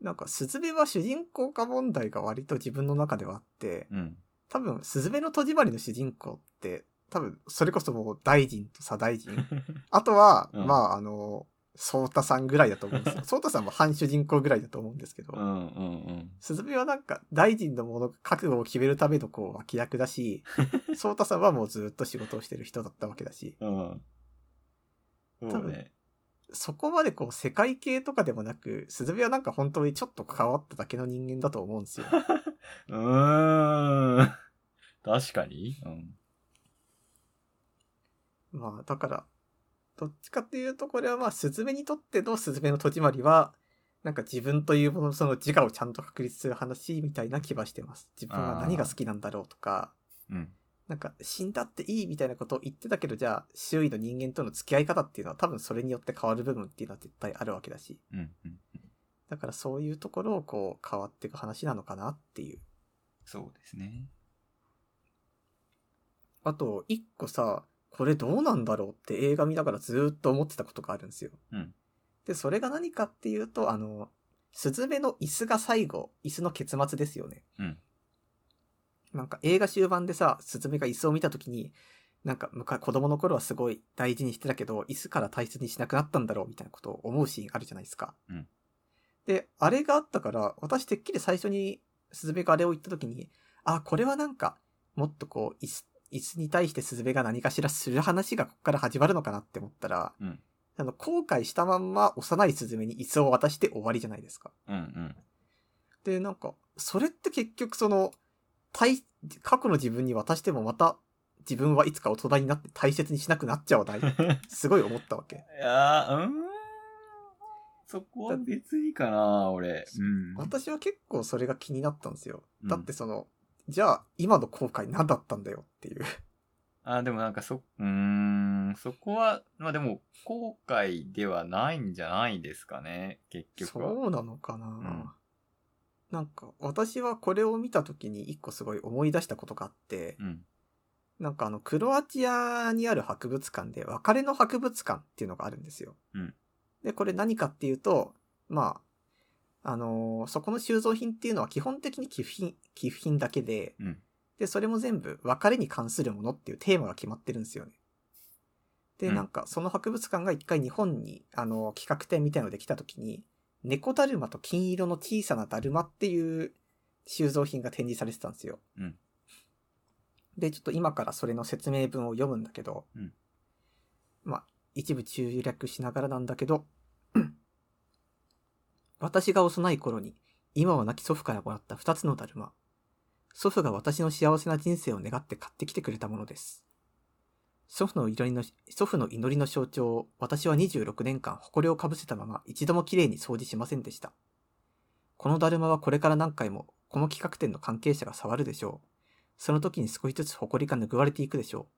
S1: なんか、スズメは主人公化問題が割と自分の中ではあって、
S2: うん。
S1: 多分、スズメの戸締まりの主人公って、多分、それこそもう大臣と左 大臣。あとは、
S2: うん
S1: まあ、あの、ソータさんぐらいだと思うん ですよ。ソータさんも反主人公ぐらいだと思うんですけど、
S2: うんうんうん。
S1: スズメはなんか、大臣のもの、覚悟を決めるためのこう、脇役だ し、ソータさんはもうずっと仕事をしてる人だったわけだし、
S2: うん。そうね。
S1: そこまでこう世界系とかでもなく、スズメはなんか本当にちょっと関わっただけの人間だと思うんですよ。
S2: うーん。 確かに。うん。
S1: まあだから、どっちかっていうとこれはまあスズメにとってのスズメの戸締まりは、なんか自分というもののその自我をちゃんと確立する話みたいな気はしてます。自分は何が好きなんだろうとか、
S2: うん。
S1: なんか死んだっていいみたいなことを言ってたけど、じゃあ周囲の人間との付き合い方っていうのは多分それによって変わる部分っていうのは絶対あるわけだし。
S2: うん。うん。
S1: だからそういうところをこう変わっていく話なのかなっていう。
S2: そうですね。
S1: あと、一個さ、これどうなんだろうって映画見ながらずーっと思ってたことがあるんですよ。
S2: うん
S1: で、それが何かっていうと、あの、スズメの椅子が最後、椅子の結末ですよね。
S2: うん
S1: なんか映画終盤でさ、スズメが椅子を見た時に、なんか昔子供の頃はすごい大事にしてたけど、椅子から大切にしなくなったんだろうみたいなことを思うシーンあるじゃないですか。
S2: うん
S1: で、あれがあったから、私てっきり最初にスズメがあれを言った時に、あ、これはなんか、もっとこう、椅子、椅子に対してスズメが何かしらする話がここから始まるのかなって思ったら、
S2: うん
S1: あの、後悔したまんま幼いスズメに椅子を渡して終わりじゃないですか。
S2: うんうん。
S1: で、なんか、それって結局その、対、過去の自分に渡してもまた、自分はいつか大人になって大切にしなくなっちゃわない すごい思ったわけ。
S2: いやー、うーん。そこは別にかな、俺。うん。
S1: 私は結構それが気になったんですよ。
S2: うん
S1: だってその、じゃあ今の後悔何だったんだよっていう。
S2: あ、でもなんかそ、うーん、そこは、まあでも、後悔ではないんじゃないですかね、結局は。
S1: そうなのかな、
S2: ん
S1: なんか私はこれを見た時に一個すごい思い出したことがあって、
S2: うん。
S1: なんかあのクロアチアにある博物館で別れの博物館っていうのがあるんですよ。
S2: うん
S1: で、これ何かっていうと、まあ、あのーそこの収蔵品っていうのは基本的に寄付品、寄付品だけで、
S2: うん
S1: で、それも全部別れに関するものっていうテーマが決まってるんですよね。で、
S2: うん
S1: なんかその博物館が一回日本に、あのー企画展みたいので来た時に、猫だるまと金色の小さなだるまっていう収蔵品が展示されてたんですよ。
S2: うん
S1: で、ちょっと今からそれの説明文を読むんだけど、
S2: うん
S1: まあ、一部中略しながらなんだけど、 私が幼い頃に、今は亡き祖父からもらった二つのだるま。祖父が私の幸せな人生を願って買ってきてくれたものです。祖父の祈りの、祖父の祈りの象徴を私は26年間誇りをかぶせたまま一度もきれいに掃除しませんでした。このだるまはこれから何回もこの企画展の関係者が触るでしょう。その時に少しずつ埃が拭われていくでしょ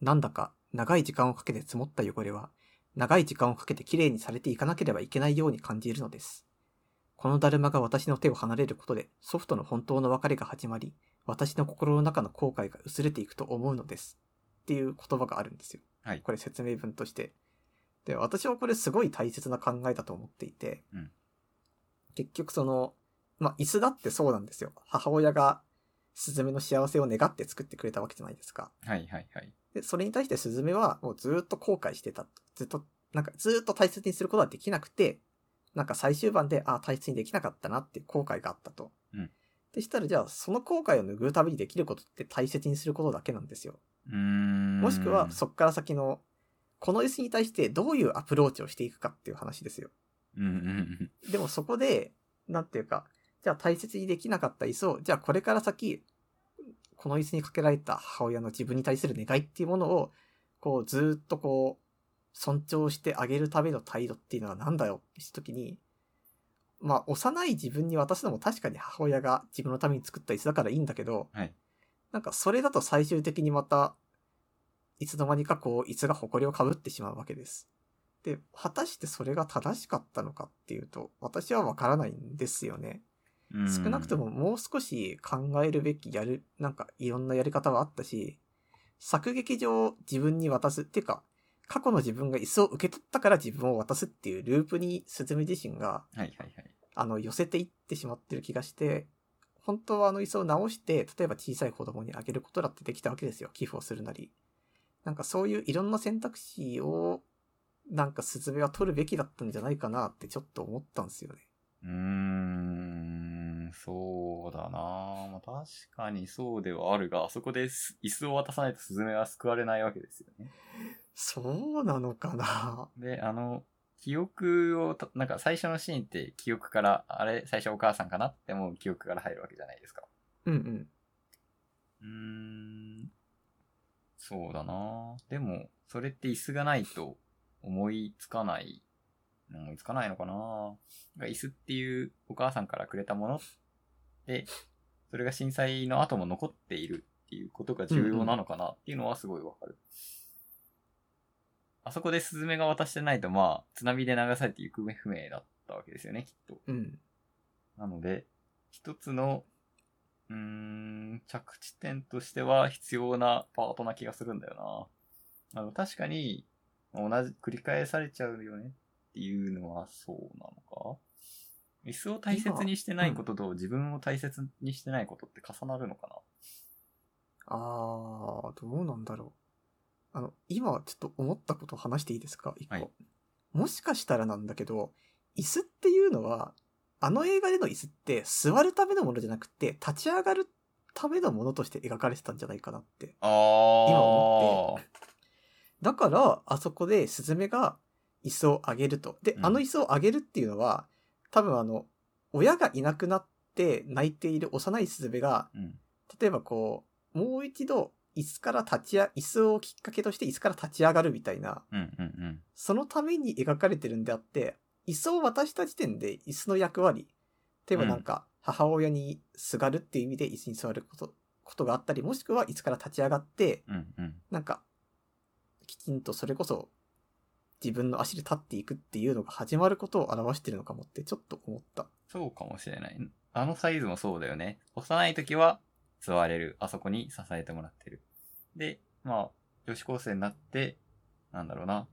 S1: う。なんだか長い時間をかけて積もった汚れは、長い時間をかけてきれいにされていかなければいけないように感じるのです。このだるまが私の手を離れることで、祖父との本当の別れが始まり、私の心の中の後悔が薄れていくと思うのです。っていう言葉があるんですよ。
S2: はい
S1: これ説明文として。で、私はこれすごい大切な考えだと思っていて、
S2: うん
S1: 結局その、まあ、椅子だってそうなんですよ。母親がスズメの幸せを願って作ってくれたわけじゃないですか。
S2: はいはいはい。
S1: で、それに対してスズメはもうずーっと後悔してた。ずっと、なんかずーっと大切にすることはできなくて、なんか最終盤で、ああ、大切にできなかったなっていう後悔があったと。
S2: うん
S1: でしたら、じゃあ、その後悔を拭うためにできることって大切にすることだけなんですよ。
S2: うーん。
S1: もしくは、そっから先の、この椅子に対してどういうアプローチをしていくかっていう話ですよ。
S2: うんうんうん。
S1: でもそこで、なんていうか、じゃあ大切にできなかった椅子を、じゃあこれから先、この椅子にかけられた母親の自分に対する願いっていうものを、こうずーっとこう、尊重してあげるための態度っていうのはなんだよって時に、まあ幼い自分に渡すのも確かに母親が自分のために作った椅子だからいいんだけど、
S2: はい
S1: なんかそれだと最終的にまた、いつの間にかこう、椅子が埃をかぶってしまうわけです。で、果たしてそれが正しかったのかっていうと、私はわからないんですよね。
S2: うーん
S1: 少なくと。ももう少し考えるべきやる、なんかいろんなやり方はあったし、作劇上自分に渡すっていうか、過去の自分が椅子を受け取ったから自分を渡すっていうループにスズメ自身が、
S2: はいはいはい。
S1: あの、寄せていってしまってる気がして、本当はあの椅子を直して、例えば小さい子供にあげることだってできたわけですよ。寄付をするなり。なんかそういういろんな選択肢を、なんかスズメは取るべきだったんじゃないかなってちょっと思ったんですよね。
S2: うーん、そうだなまあ確かにそうではあるが、あそこです椅子を渡さないとスズメは救われないわけですよね。
S1: そうなのかな
S2: で、あの、記憶をた、なんか最初のシーンって記憶から、あれ、最初お母さんかなってもう記憶から入るわけじゃないですか。
S1: うんうん。
S2: うーん、そうだなでも、それって椅子がないと思いつかない、思いつかないのかななんか椅子っていうお母さんからくれたもので、それが震災の後も残っているっていうことが重要なのかなっていうのはすごいわかる。あそこでスズメが渡してないと、まあ、津波で流されて行方不明だったわけですよね、きっと。
S1: うん。
S2: なので、一つの、うーん、着地点としては必要なパートな気がするんだよあの、確かに、同じ、繰り返されちゃうよねっていうのはそうなのか椅子を大切にしてないことと自分を大切にしてないことって重なるのかな
S1: あー、どうなんだろう。あの、今ちょっと思ったことを話していいですか一個、
S2: はい
S1: もしかしたらなんだけど、椅子っていうのは、あの映画での椅子って座るためのものじゃなくて、立ち上がるためのものとして描かれてたんじゃないかなって。
S2: ああ。
S1: 思だから、あそこでスズメが椅子をあげると。で、
S2: うん
S1: あの椅子をあげるっていうのは、多分あの、親がいなくなって泣いている幼いスズメが、
S2: うん。
S1: 例えばこう、もう一度椅子から立ちや、椅子をきっかけとして椅子から立ち上がるみたいな、
S2: うんうんうん。
S1: そのために描かれてるんであって、椅子を渡した時点で椅子の役割、例えばなんか、母親にすがるっていう意味で椅子に座ること、ことがあったり、もしくは椅子から立ち上がって、
S2: うんうん。
S1: なんか、きちんとそれこそ、自分の足で立っていくっていうのが始まることを表してるのかもってちょっと思った。
S2: そうかもしれない。あのサイズもそうだよね。幼い時は座れる。あそこに支えてもらってる。で、まあ、女子高生になって、なんだろうな。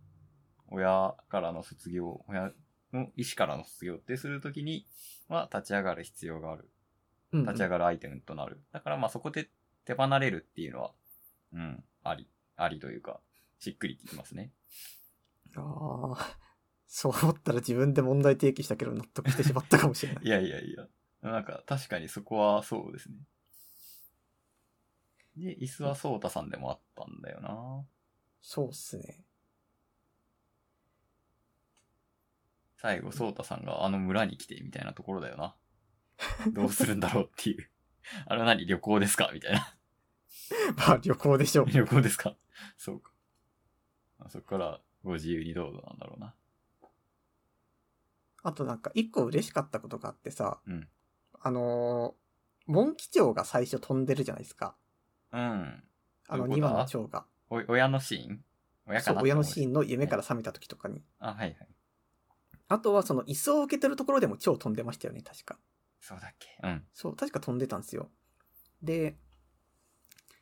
S2: 親からの卒業、親の意思からの卒業ってするときには立ち上がる必要がある。
S1: うん、
S2: 立ち上
S1: が
S2: がるアイテムとなる。だからまあそこで手離れるっていうのは、うん、あり、ありというか、しっくりきますね。
S1: あー そう思ったら自分で問題提起したけど納得してしまったかもしれない
S2: い。やいやいや。なんか確かにそこはそうですね。で、椅子はソータさんでもあったんだよな。
S1: そうっすね。
S2: 最後、ソータさんがあの村に来て、みたいなところだ よな。どうするんだろうっていう。あれは何旅行ですかみたいな。
S1: まあ旅行でしょう。
S2: 旅行ですかそうか。あそこからご自由にどうぞなんだろうな。
S1: あとなんか一個嬉しかったことがあってさ、
S2: うん
S1: あのー、モンキチョウが最初飛んでるじゃないですか。
S2: うん。
S1: あの
S2: どう
S1: 2
S2: いうこ
S1: 羽
S2: と
S1: の蝶が。
S2: お、親のシーン親か
S1: そう
S2: な、
S1: 親のシーンの夢から覚めた時とかに。
S2: あ、はいはい。
S1: あとはその椅子を受けてるところでも蝶飛んでましたよね、確か。
S2: そうだっけうん。
S1: そう、確か飛んでたんですよ。で、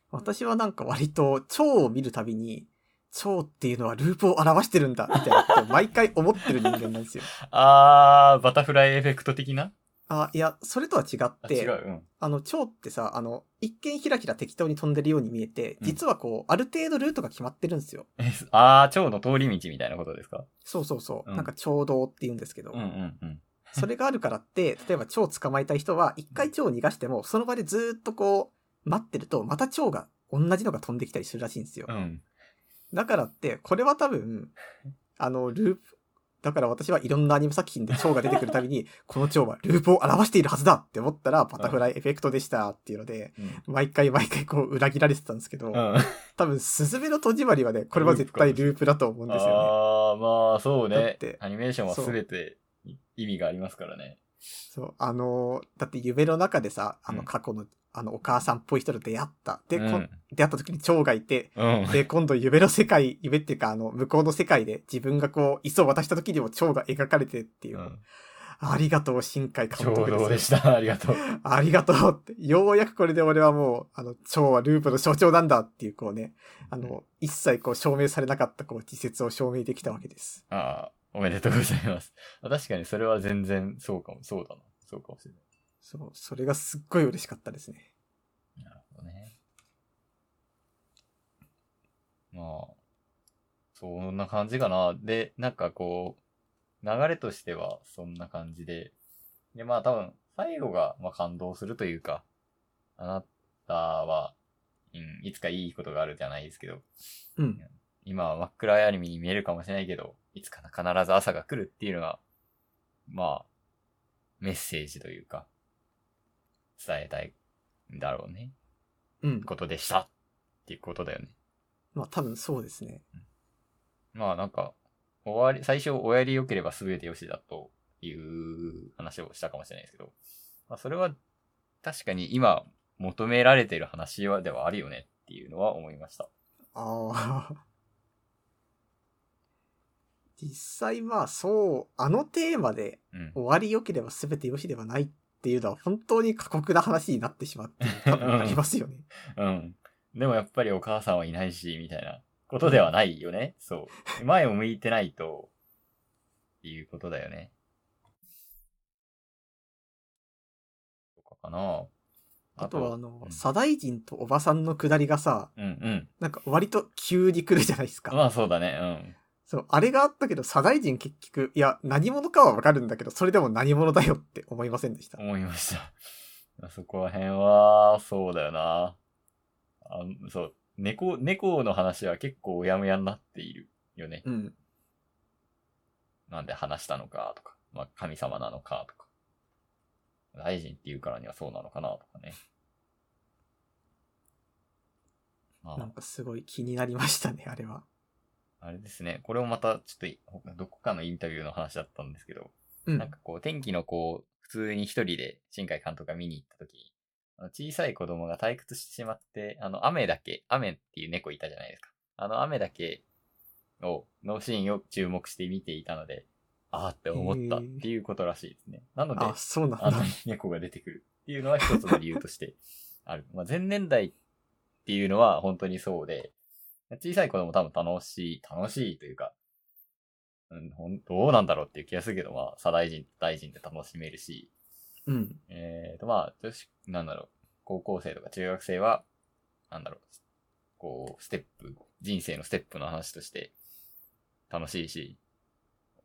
S1: 私はなんか割と蝶を見るたびに、蝶っていうのはループを表してるんだ、みたいなことを毎回思ってる人間なんですよ。
S2: あー、バタフライエフェクト的な
S1: あ、いや、それとは違っ
S2: あ、
S1: て、
S2: 違う。うん。
S1: あの、蝶ってさ、あの、一見ひらひら適当に飛んでるように見えて、
S2: うん
S1: 実はこう、ある程度ルートが決まってるんですよ。
S2: え あー、蝶の通り道みたいなことですか
S1: そうそうそう。
S2: うん
S1: なんか、蝶道って言うんですけど、
S2: うんうんうん。
S1: それがあるからって、例えば蝶を捕まえたい人は、一回蝶を逃がしても、その場でずーっとこう、待ってると、また蝶が、同じのが飛んできたりするらしいんですよ。
S2: うん。
S1: だからって、これは多 分、あの、ループ、だから私はいろんなアニメ作品で蝶が出てくるたびに、 この蝶はループを表しているはずだって思ったら、バタフライエフェクトでしたっていうので、毎回毎回こう裏切られてた んですけど、
S2: うん。
S1: 多分、スズメの戸締まりはね、これは絶対ループだと思うんですよね。
S2: あー、まあそう
S1: だ
S2: ね
S1: って。
S2: アニメーションは
S1: そう
S2: 全て意味がありますからね。
S1: そう、あのーだって夢の中でさ、あ
S2: う
S1: の
S2: ん
S1: 過去の、あのお母さんっぽい人と出会った。で、
S2: う
S1: こ
S2: ん。
S1: 出会った時に蝶がいて、
S2: うん。
S1: で、今度夢の世界、夢っていうか、あの、向こうの世界で自分がこう、椅子を渡した時にも蝶が描かれてっていう。
S2: うん
S1: ありがとう、新海
S2: ちょ
S1: 監
S2: う
S1: 督
S2: どで
S1: です。
S2: した。あ りがとう。
S1: ありがとうって。ようやくこれで俺はもう、あの、蝶はループの象徴なんだっていう、こうね、あの、一切こう証明されなかったこう、自説を証明できたわけです。
S2: あー、おめでとうございます。確かにそれは全然そうかも、そうだな。そうかもしれない。
S1: そう、それがすっごい嬉しかったですね。
S2: なるほどね。まあ、そんな感じかな。で、なんかこう、流れとしてはそんな感じで。で、まあ多分、最後が、まあ、感動するというか、あなたは、うん、いつかいいことがあるじゃないですけど、
S1: うん。
S2: 今は真っ暗いアニメに見えるかもしれないけど、いつかな必ず朝が来るっていうのが、まあ、メッセージというか、伝えたいんだろうね。
S1: うん。
S2: ことでしたっていうことだよね。
S1: まあ多分そうですね。
S2: まあなんか、終わり、最初終わり良ければ全て良しだという話をしたかもしれないですけど、まあそれは確かに今求められている話はではあるよねっていうのは思いました。
S1: ああ。 実際まあそう、あのテーマで
S2: うん。
S1: 終わり良ければ全て良しではないっていうのは本当に過酷な話になってしまって多分ありますよね。
S2: うん。でもやっぱりお母さんはいないし、みたいなことではないよね。そう。前を向いてないと、っていうことだよね。とかかな。
S1: あとはあ
S2: う
S1: の
S2: ん、
S1: 左大臣とおばさんの下りがさ、
S2: うんうん。
S1: なんか割と急に来るじゃないですか。
S2: まあそうだね。
S1: そう、あれがあったけど、左大臣結局、いや、何者かはわかるんだけど、それでも何者だよって思いませんでした
S2: うん。。思いました。あそこら辺は、そうだよな。あそう。猫、猫の話は結構うやむやになっているよね。
S1: うん。
S2: なんで話したのかとか、まあ、神様なのかとか、大臣って言うからにはそうなのかなとかね。ま
S1: なんかすごい気になりましたね、あれは。
S2: あ、あれですね。これもまた、ちょっとい、ほどこかのインタビューの話だったんですけど、
S1: うん
S2: なん。かこう、天気のこう、普通に一人で新海監督が見に行った時に、あの小さい子供が退屈してしまって、あの、雨だけ、雨っていう猫いたじゃないですか。あの雨だけを、のシーンを注目して見ていたので、ああって思ったっていうことらしいですね。なので
S1: あ、、そうなん
S2: あの
S1: だ。、
S2: 猫が出てくるっていうのは一つの理由としてある。まあ、前年代っていうのは本当にそうで、小さい子供多分楽しい、楽しいというか、うん、ほんどうなんだろうっていう気がするけど、まあ、左大臣、大臣で楽しめるし、
S1: うん。
S2: えーと、まあ、女子、なんだろう、高校生とか中学生は、なんだろう、こう、ステップ、人生のステップの話として、楽しいし、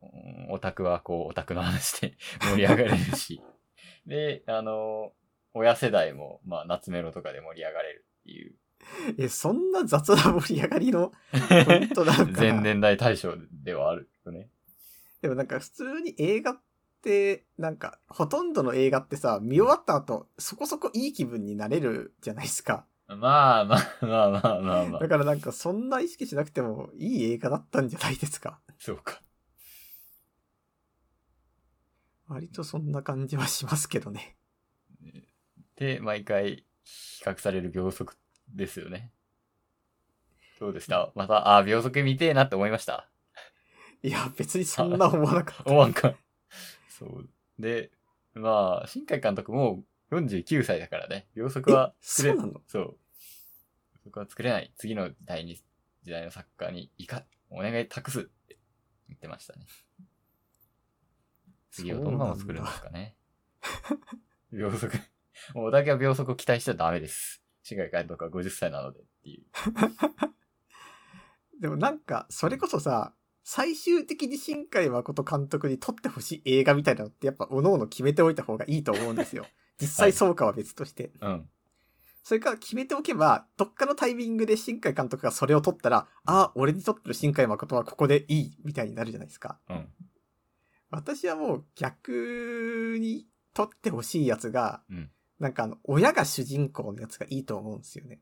S2: うんオタクはこう、オタクの話 で盛り上がれるし、で、あの、親世代も、まあ、夏メロとかで盛り上がれるっていう、
S1: え、そんな雑な盛り上がり の、本当なんか。
S2: 前年代大賞ではあるよね。
S1: でもなんか普通に映画って、なんかほとんどの映画ってさ、見終わった後、そこそこいい気分になれるじゃないですか。
S2: まあまあまあまあまあまあ
S1: だ。からなんかそんな意識しなくてもいい映画だったんじゃないですか。
S2: そうか。
S1: 割とそんな感じはしますけどね。
S2: で、毎回、比較される秒速ですよね。どうでしたまた、あー秒速見てえなって思いました。
S1: いや、別にそんな思わなかった。
S2: 思わ んか。そう。で、まあ、新海監督も49歳だからね、秒速は
S1: え
S2: 作れ
S1: そうなの
S2: そう。秒速は作れない。次の時代に、時代の作家に、いか、お願い託すって言ってましたね。次をどんなの作るんですかね。 秒速。もう、だけは秒速を期待しちゃダメです。新海監督は50歳なのでっていう。
S1: でもなんか、それこそさ、最終的に新海誠監督に撮ってほしい映画みたいなのってやっぱ各々決めておいた方がいいと思うん ですよ。実際そうかは別として。
S2: うん。
S1: それから決めておけば、どっかのタイミングで新海監督がそれを撮ったら、ああ、俺に撮ってる新海誠はここでいい、みたいになるじゃないですか。
S2: うん。
S1: 私はもう逆に撮ってほしいやつが、
S2: うん
S1: なんかあの、親が主人公のやつがいいと思うんですよね。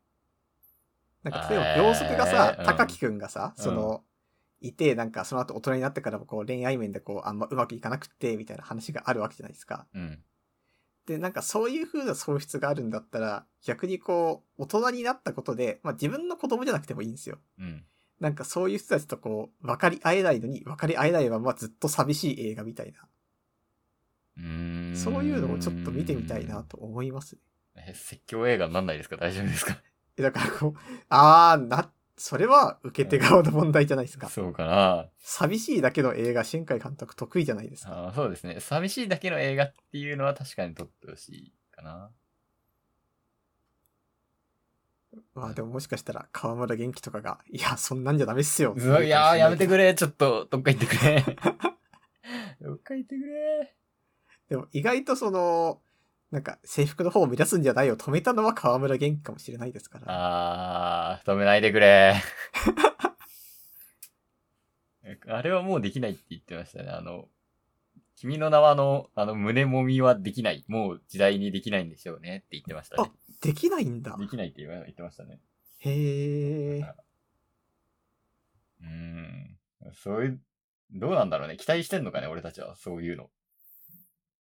S1: なんか例え
S2: え
S1: ば、
S2: ー
S1: 秒速がさ、
S2: うん
S1: 高木くんがさ、その、いて、なんかその後大人になってからもこう恋愛面でこう、あんまうまくいかなくって、みたいな話があるわけじゃないですか。
S2: うん。
S1: で、なんかそういう風な喪失があるんだったら、逆にこう、大人になったことで、まあ自分の子供じゃなくてもいいんですよ。
S2: うん。
S1: なんかそういう人たちとこう、分かり合えないのに、分かり合えないままずっと寂しい映画みたいな。
S2: うーん
S1: そういうのをちょっと見てみたいなと思います。
S2: え、説教映画になんないですか大丈夫ですか
S1: えだからこう、 あー、な、それは受け手側の問題じゃないですか。
S2: そうかな
S1: 寂しいだけの映画、新海監督得意じゃないですか。
S2: あーそうですね。寂しいだけの映画っていうのは確かに撮ってほしいかな。
S1: まあでももしかしたら河村元気とかが、いや、そんなんじゃダメっすよ。
S2: うわいやーやめてく
S1: れ。
S2: れ。ちょっと、どっか行ってくれ。どっか行ってくれ。
S1: でも意外とその、なんか制服の方を目指すんじゃないを止めたのは河村元気かもしれないですから。
S2: あー、止めないでくれ。 あれはもうできないって言ってましたね。あの、君の名はの、あの、胸もみはできない。もう時代にできないんでしょうねって言ってましたね。
S1: できないんだ。
S2: できないって言わ言ってましたね。
S1: へえ。
S2: うーん。そういう、どうなんだろうね。期待してんのかね、俺たちは。そういうの。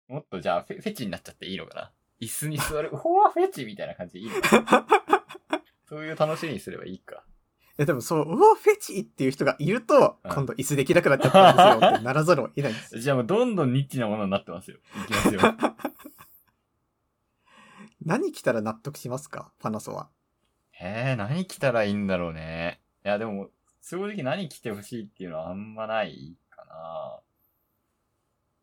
S2: もっとじゃあフェ、フェチになっちゃっていいのかな。椅子に座る、ほわ、フェチみたいな感じでいいのかな。そういう楽しみにすればいいか。
S1: え、でもそう、うわ、フェチっていう人がいると、
S2: うん
S1: 今度椅子できなくなっちゃったんですよってならざるを得ないんですよ。
S2: じゃあもうどんどんニッチなものになってますよ。いきますよ。
S1: 何着たら納得しますかパナソは。
S2: えー、何着たらいいんだろうね。いや、でも、正直何着てほしいっていうのはあんまないか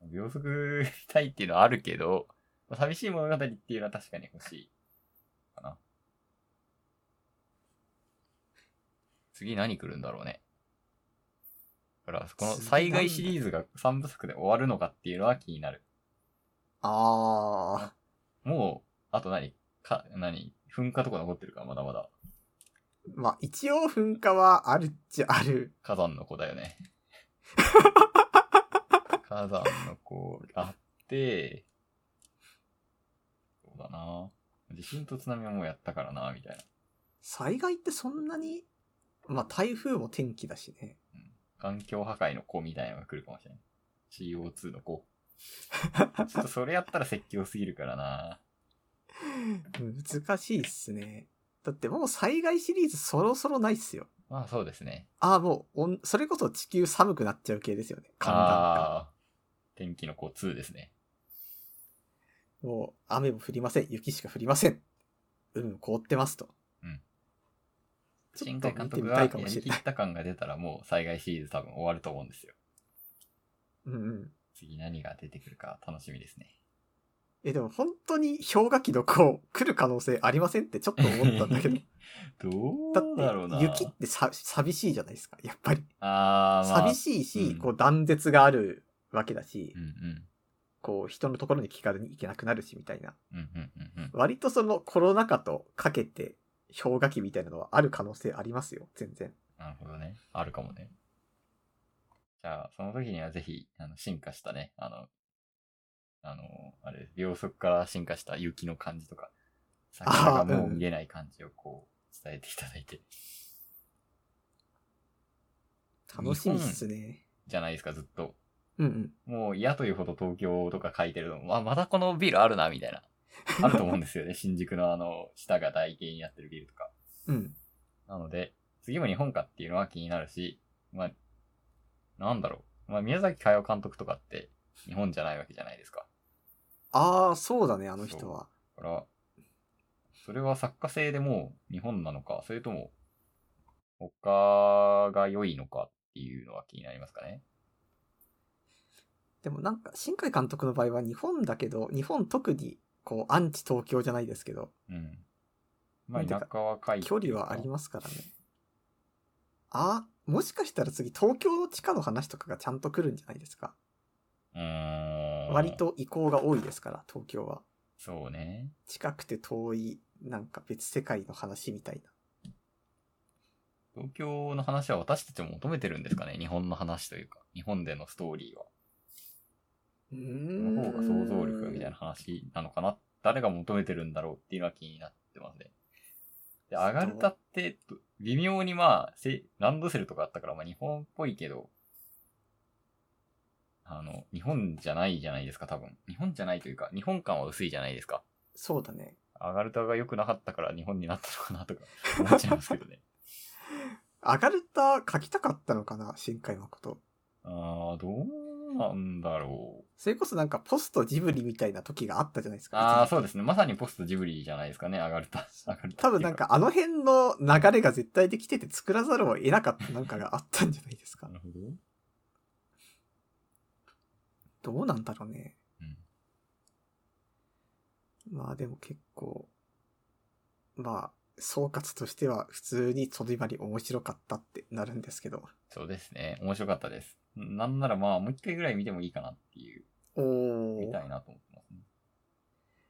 S2: な。秒速 したいっていうのはあるけど、寂しい物語っていうのは確かに欲しい。かな。次何来るんだろうね。だから、この災害シリーズが3部作で終わるのかっていうのは気になる。
S1: あ
S2: もう、あと何か、何噴火とか残ってるから、まだまだ。
S1: ー。まあ、一応噴火はあるっちゃある。
S2: 火山の子だ よね。火山の子があって、そうだな。地震と津波はもうやったからな、みたいな
S1: 災害ってそんなに、まあ、台風も天気だしね。。
S2: 環境破壊の子みたいなのが来るかもしれない。CO2 の子。ちょっとそれやったら説教すぎるからな。
S1: 難しいっすね。だってもう災害シリーズそろそろないっすよ。
S2: まあそうですね。
S1: ああ、もうおん、それこそ地球寒くなっちゃう系ですよね。寒暖化。
S2: あー天気の子2ですね。
S1: もう、雨も降りません。雪しか降りません。海も凍ってますと。
S2: うん。
S1: ちょ
S2: 新
S1: っと
S2: 海監
S1: 見て
S2: 督
S1: み
S2: が
S1: た
S2: や
S1: いかもし
S2: り
S1: れ
S2: き
S1: ない。
S2: った感が出たらもう災害シリーズ多分終わると思うんですよ。
S1: うんうん。
S2: 次何が出てくるか楽しみですね。
S1: え、でも本当に氷河期の子来る可能性ありませんってちょっと思ったんだけど。
S2: どうだろう
S1: だっ
S2: な。
S1: て雪ってさ寂しいじゃないですか。やっぱり。
S2: あー、まあ、
S1: 寂しいし、
S2: うん
S1: こう断絶があるわけだし、
S2: うんうん。
S1: こう人のところに気軽に行けなくなるしみたいな。
S2: うんうんうんうん。
S1: 割とそのコロナ禍とかけて氷河期みたいなのはある可能性ありますよ。全然。
S2: なるほどね。あるかもね。じゃあ、その時にはぜひ、あの、進化したね、あの、あの、あれ、秒速から進化した雪の感じとか、桜がもう見えない感じをこう、伝えていただいて、
S1: 楽しみっすね。
S2: じゃないですか、ずっと。
S1: うんうん。
S2: もう嫌というほど東京とか書いてるのも、あ、またこのビルあるな、みたいな。あると思うんですよ ね。新宿のあの、下が台形になってるビルとか。
S1: うん。
S2: なので、次も日本かっていうのは気になるし、まあ、なんだろう。まあ、宮崎駿監督とかって日本じゃないわけじゃないですか。
S1: ああ、そうだね、あの人は。
S2: だから、それは作家性でもう日本なのか、それとも、他が良いのかっていうのは気になりますかね。
S1: でもなんか、新海監督の場合は日本だけど、日本特に、こう、アンチ東京じゃないですけど、
S2: うん。まあ、
S1: なんてい
S2: 田
S1: うか
S2: 舎は書いて
S1: 距離はありますからね。ああ、もしかしたら次、東京の地下の話とかがちゃんと来るんじゃないですか。
S2: うーん。
S1: 割。と移行が多いですから、東京は。
S2: そうね。
S1: 近くて遠い、なんか別世界の話みたいな。
S2: 東京の話は私たちも求めてるんですかね日本の話というか、日本でのストーリーは。
S1: う
S2: そ
S1: ーん。
S2: の方が想像力みたいな話なのかな誰が求めてるんだろうっていうのは気になってますね。で、
S1: そう
S2: アガルタって、微妙にまあ、せランドセルとかあったから、まあ日本っぽいけど、あの、日本じゃないじゃないですか、多分。日本じゃないというか、日本感は薄いじゃないですか。
S1: そうだね。
S2: アガルタが良くなかったから日本になったのかな とか思っちゃいますけどね。
S1: アガルタ書きたかったのかな、新海誠。
S2: ああ、どうなんだろう。
S1: それこそなんかポストジブリみたいな時があったじゃないですか。
S2: ああ、
S1: 一時期
S2: そうですね。まさにポストジブリじゃないですかね、上がると。上がると
S1: 多分なん。かあの辺の流れが絶対できてて作らざるを得なかったなんかがあったんじゃないですか
S2: な。るほど。
S1: どうなんだろうね。
S2: うん。
S1: まあでも結構、まあ、総括としては普通にとどまり面白かったってなるんですけど。
S2: そうですね。面白かったです。なんならまあ、もう一回ぐらい見てもいいかなっていう、
S1: お
S2: 見
S1: ー
S2: た。いなと思ってますね。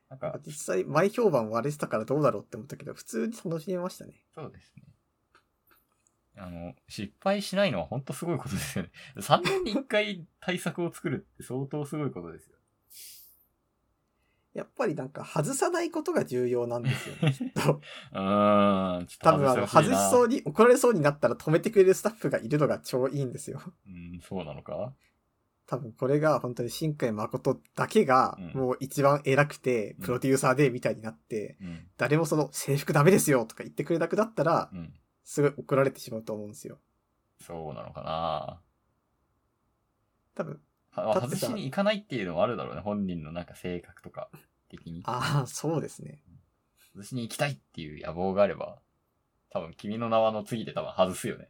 S2: なんか、
S1: 実際前評判割れてたからどうだろうって思ったけど、普通に楽しめましたね。
S2: そうですね。あの、失敗しないのは本当すごいことですよね。3年に1回対策を作るって相当すごいことですよ。
S1: やっぱりなんか外さないことが重要なん ですよね、きっと。
S2: うーん、ちょっ
S1: 多
S2: と
S1: 分あの、
S2: して
S1: 外
S2: ほしい
S1: し
S2: な
S1: そうに、怒られそうになったら止めてくれるスタッフがいるのが超いいんですよ。
S2: うん、そうなのか
S1: 多分これが本当に新海誠だけが
S2: うん
S1: もう一番偉くて
S2: うん
S1: プロデューサーでみたいになって、
S2: うん。
S1: 誰もその制服ダメですよとか言ってくれなくなったら
S2: う、ん。
S1: すごい怒られてしまうと思うんですよ。
S2: そうなのかな
S1: 多分、
S2: は
S1: だって
S2: 外
S1: さ
S2: しに行かないっていうのもあるだろうね。本人のなんか性格とか的に。
S1: ああ、そうですね。
S2: 外しに行きたいっていう野望があれば、多分君の名はの次で多分外すよね。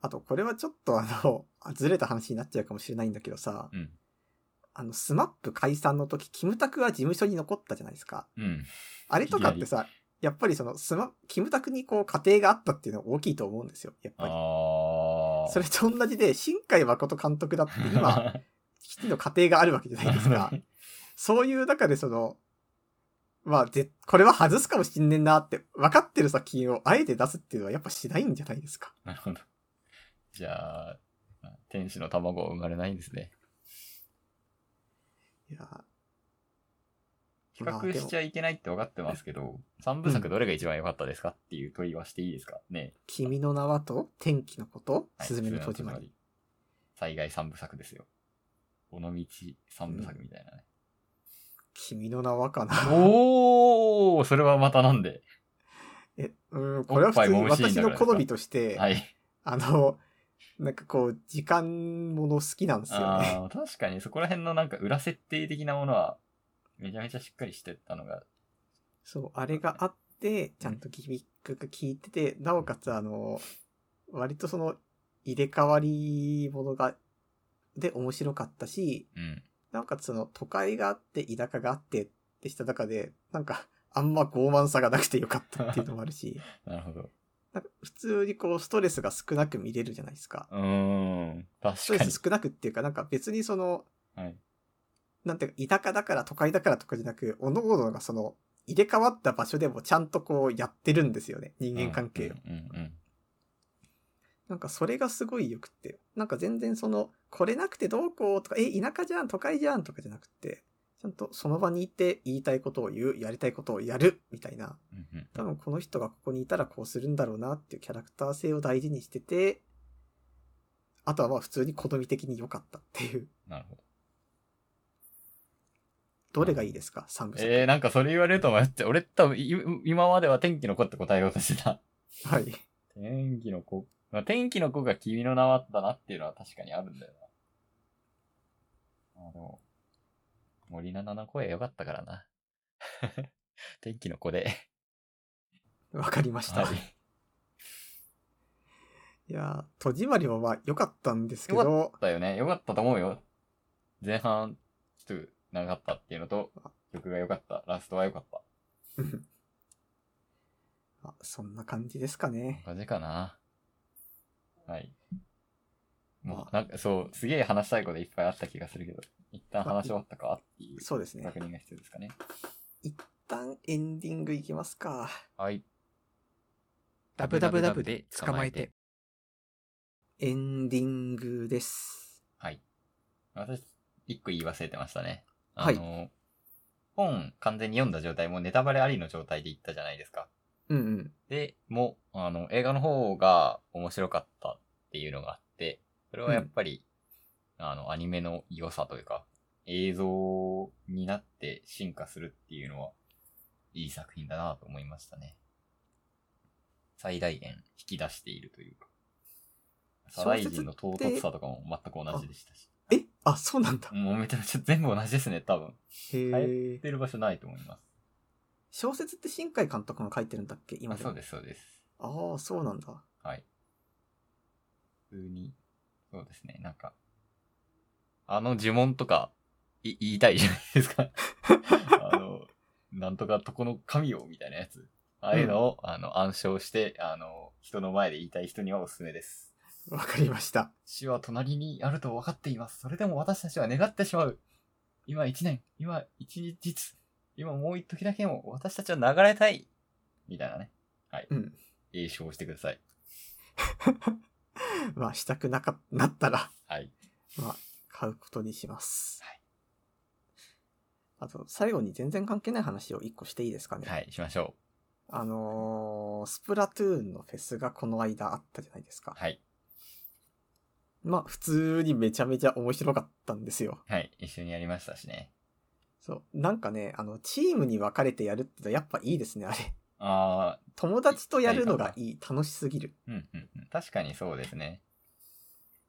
S1: あと、これはちょっとあの、 ずれた話になっちゃうかもしれないんだけどさ、
S2: うん。
S1: あの、スマップ解散の時、キムタクは事務所に残ったじゃないですか。
S2: うん。
S1: あれとかってさ、やっぱりその、スマ、キムタクにこう、家庭があったっていうのは大きいと思うんですよ、やっぱり。
S2: ああ。
S1: それと同じで、新海誠監督だって今、 基地の家庭があるわけじゃないですか。そういう中でその、まあ、ぜ、これは外すかもしんねんなって、分かってる作品をあえて出すっていうのはやっぱしないんじゃないですか。
S2: なるほど。じゃあ、天使の卵は生まれないんですね。
S1: いや
S2: 比較しちゃいけないって分かってますけど、三部作どれが一番良かったですかっていう問いはしていいですかね。
S1: 君の名はと、天気のこと、
S2: はい
S1: すずめの戸締まり。。
S2: 災害三部作ですよ。尾道三部作みたいなね。
S1: 君の名はかな。
S2: おーそれはまたなんで。
S1: え、うん、これは普通に私の好みとして、
S2: はい。
S1: あの、なんかこう、時間もの好きなんですよね。
S2: ああ、確かにそこら辺のなんか裏設定的なものは、めちゃめちゃしっかりしてたのが、
S1: そう、あれがあって、ちゃんとギミックが効いてて、なおかつあの、割とその、入れ替わりものが、で面白かったし、
S2: うん。
S1: なおかつその、都会があって、田舎があってってした中で、なんか、あんま傲慢さがなくてよかったっていうのもあるし、
S2: なるほど。
S1: なんか普通にこう、ストレスが少なく見れるじゃないですか。
S2: うーん。
S1: スト
S2: 確
S1: レ
S2: かに。
S1: ス少なくっていうか、なんか別にその、
S2: はい。
S1: なんていうか、田舎だから都会だからとかじゃなく、おのおのがその、入れ替わった場所でもちゃんとこうやってるんですよね、人間関係を。
S2: うんうんうんうん。
S1: なんかそれがすごい良くて、なんか全然その、これなくてどうこうとか、え、田舎じゃん、都会じゃんとかじゃなくて、ちゃんとその場にいて言いたいことを言う、やりたいことをやる、みたいな。
S2: うんうん
S1: 多分この人がここにいたらこうするんだろうなっていうキャラクター性を大事にしてて、あとはまあ普通に好み的に良かったっていう。
S2: なるほど。
S1: どれがいいですか三部作。
S2: えー、なんかそれ言われると迷って、俺多分い今までは天気の子って答えようとしてた。
S1: はい。
S2: 天気の子。まあ、天気の子が君の名はだなっていうのは確かにあるんだよな。あでも、森七の声良かったからな。 天気の子で。
S1: わかりました。
S2: はい
S1: い、やー、戸締まりもまあ良かったんですけ
S2: 良か
S1: ど
S2: っ、たよね。良かったと思うよ。前半、ちょっと長かったっていうのと、曲が良かった。ラストは良かった。
S1: うんまあそんな感じですかね。
S2: こんな感じかな。はい。も
S1: ま
S2: う、なんか、そう、すげえ話したいこといっぱいあった気がするけど、一旦話終わったかっていう
S1: そうですね
S2: 確。認が必要ですかね。
S1: 一旦エンディングいきますか。
S2: はい。
S3: ダブダブダブで捕まえて。
S1: エンディングです。
S2: はい。私、一個言い忘れてましたね。
S1: はい
S2: あの、本完全に読んだ状態、もうネタバレありの状態で言ったじゃないですか。
S1: うんうん。
S2: で、もう、あの、映画の方が面白かったっていうのがあって、それはやっぱり、あの、アニメの良さというか、映像になって進化するっていうのは、いい作品だなと思いましたね。最大限引き出しているというか。サライジンの唐突さとかも全く同じでしたし。
S1: えあ、そうなんだ。
S2: もうめちゃめちゃ全部同じですね、多分。
S1: へ
S2: 言っ
S1: え。
S2: てる場所ないと思います。
S1: 小説って新海監督が書いてるんだっけ今
S2: あそう
S1: で。
S2: です、そうです。
S1: ああ、そうなんだ。
S2: はい。普通に、そうですね、なんか、あの呪文とか、い、言いたいじゃないです か。あの、なんとかとこの神よ、みたいなやつ。ああいうのを、あの、暗唱して、あの、人の前で言いたい人にはおすすめです。
S1: わかりました。
S2: 死は隣にあると分かっています。それでも私たちは願ってしまう。今一年、今一日、今もう一時だけも私たちは流れたい。みたいなね。はい。
S1: うん。
S2: 詠唱してください。
S1: まあ、したくなか、なったら、
S2: はい。
S1: まあ、買うことにします。
S2: はい。
S1: あと、最後に全然関係ない話を一個していいですかね。
S2: はい、しましょう。
S1: あのースプラトゥーンのフェスがこの間あったじゃないですか。
S2: はい。
S1: まあ、普通にめちゃめちゃ面白かったんですよ。
S2: はい。一緒にやりましたしね。
S1: そう。なんかね、あの、チームに分かれてやるってのはやっぱいいですね、あれ。
S2: あ
S1: 友達とやるのがいい。楽しすぎる。
S2: ー、うんうんうん。確かにそうですね。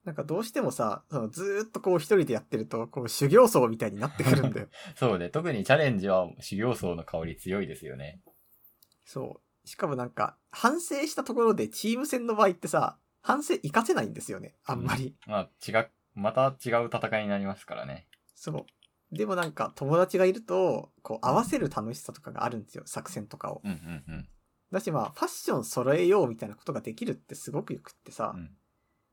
S1: なんかどうしてもさ、そのずーっとこう一人でやってると、こう修行僧みたいになってくるんだよ。
S2: そうで、特にチャレンジは修行僧の香り強いですよね。
S1: そう。しかもなんか、反省したところでチーム戦の場合ってさ、反省活かせないんですよね、あんまり。
S2: まあ、違う、また違う戦いになりますからね。
S1: そう。でもなんか友達がいると、こう合わせる楽しさとかがあるんですよ、作戦とかを。
S2: うんうんうん。
S1: だしまあ、ファッション揃えようみたいなことができるってすごくよくってさ、
S2: うん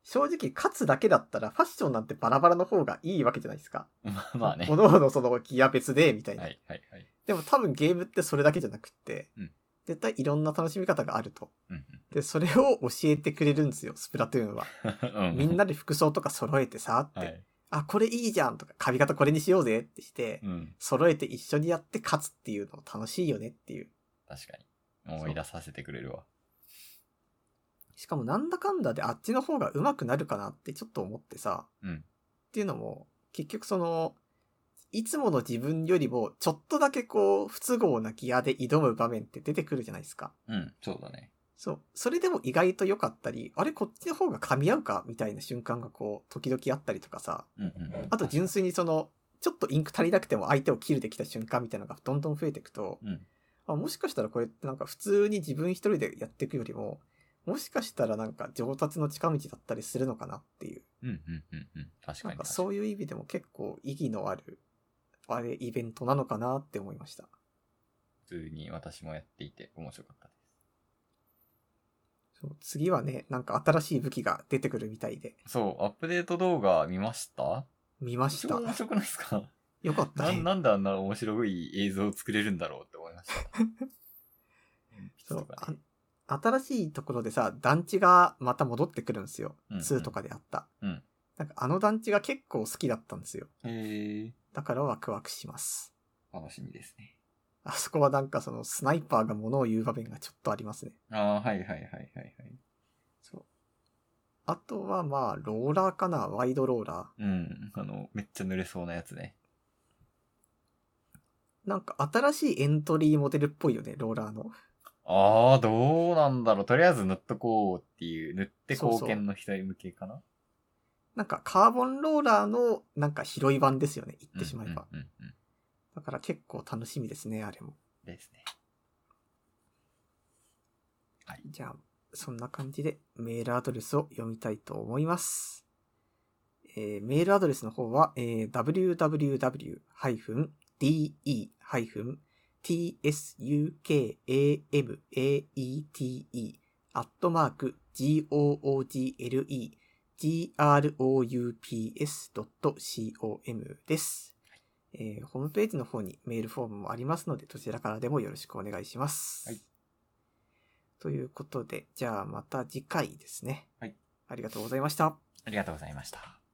S1: 正直勝つだけだったらファッションなんてバラバラの方がいいわけじゃないですか。
S2: まあまあね。
S1: 各々そのギア別で、みたいな。
S2: はいはいはい。
S1: でも多分ゲームってそれだけじゃなくって、
S2: うん
S1: 絶対いろんな楽しみ方があると。
S2: うん
S1: で、それを教えてくれるんですよ、スプラトゥーンは。
S2: うん。う
S1: みんなで服装とか揃えてさ、って、
S2: はい。
S1: あ、これいいじゃんとか、髪型これにしようぜってして、
S2: うん。
S1: 揃えて一緒にやって勝つっていうの楽しいよねっていう。
S2: 確かに。思い出させてくれるわ。
S1: しかもなんだかんだであっちの方が上手くなるかなってちょっと思ってさ、
S2: うん
S1: っていうのも、結局その、いつもの自分よりも、ちょっとだけこう、不都合なギアで挑む場面って出てくるじゃないですか。
S2: うん。そうだね。
S1: そう。それでも意外と良かったり、あれこっちの方が噛み合うかみたいな瞬間がこう、時々あったりとかさ。
S2: うんうん。
S1: あと純粋にその、ちょっとインク足りなくても相手をキルできた瞬間みたいなのがどんどん増えていくと、
S2: うん。
S1: あもしかしたらこれってなんか普通に自分一人でやっていくよりも、もしかしたらなんか上達の近道だったりするのかなっていう。
S2: うんうんうんうん。確か
S1: なん
S2: に
S1: かそういう意味でも結構意義のある、あれ、イベントなのかなって思いました。
S2: 普通に私もやっていて面白かったで
S1: そう次はね、なんか新しい武器が出てくるみたいで、
S2: す。そう、アップデート動画見ました
S1: 見まし
S2: 超
S1: た。
S2: 面白くないですか
S1: よかった
S2: な
S1: ね。
S2: なんであんな面白い映像を作れるんだろうって思 いました。
S1: そう
S2: 鉛筆とか
S1: あ
S2: ね
S1: 新しいところでさ、団地がまた戻ってくるんですよ。
S2: うんうん
S1: 2とかであった。
S2: うん
S1: なんかあの団地が結構好きだったんですよ。
S2: へえ
S1: だからワクワクします。
S2: 楽しみですね。
S1: あそこはなんかそのスナイパーが物を言う場面がちょっとありますね。
S2: ああ、はいはいはいはいはい。
S1: そう。あとはまあ、ローラーかなワイドローラ
S2: うん。あの、めっちゃ濡れそうなやつね。
S1: ー。なんか新しいエントリーモデルっぽいよね、ローラーの。
S2: ああ、どうなんだろう。とりあえず塗っとこうっていう、塗って
S1: そうそう
S2: 貢献の人向けかな
S1: なんかカーボンローラーのなんか広い版ですよね、言ってしまえば。
S2: うんうんうんうん
S1: だから結構楽しみですね、あれも。
S2: ですね。
S1: じゃあ、そんな感じでメールアドレスを読みたいと思います。えーメールアドレスの方は、えー www-de-tsukamate.google-groups.com です。えーホームページの方にメールフォームもありますので、どちらからでもよろしくお願いします。
S2: はい
S1: ということで、じゃあまた次回ですね。
S2: はい。
S1: ありがとうございました。
S2: ありがとうございました。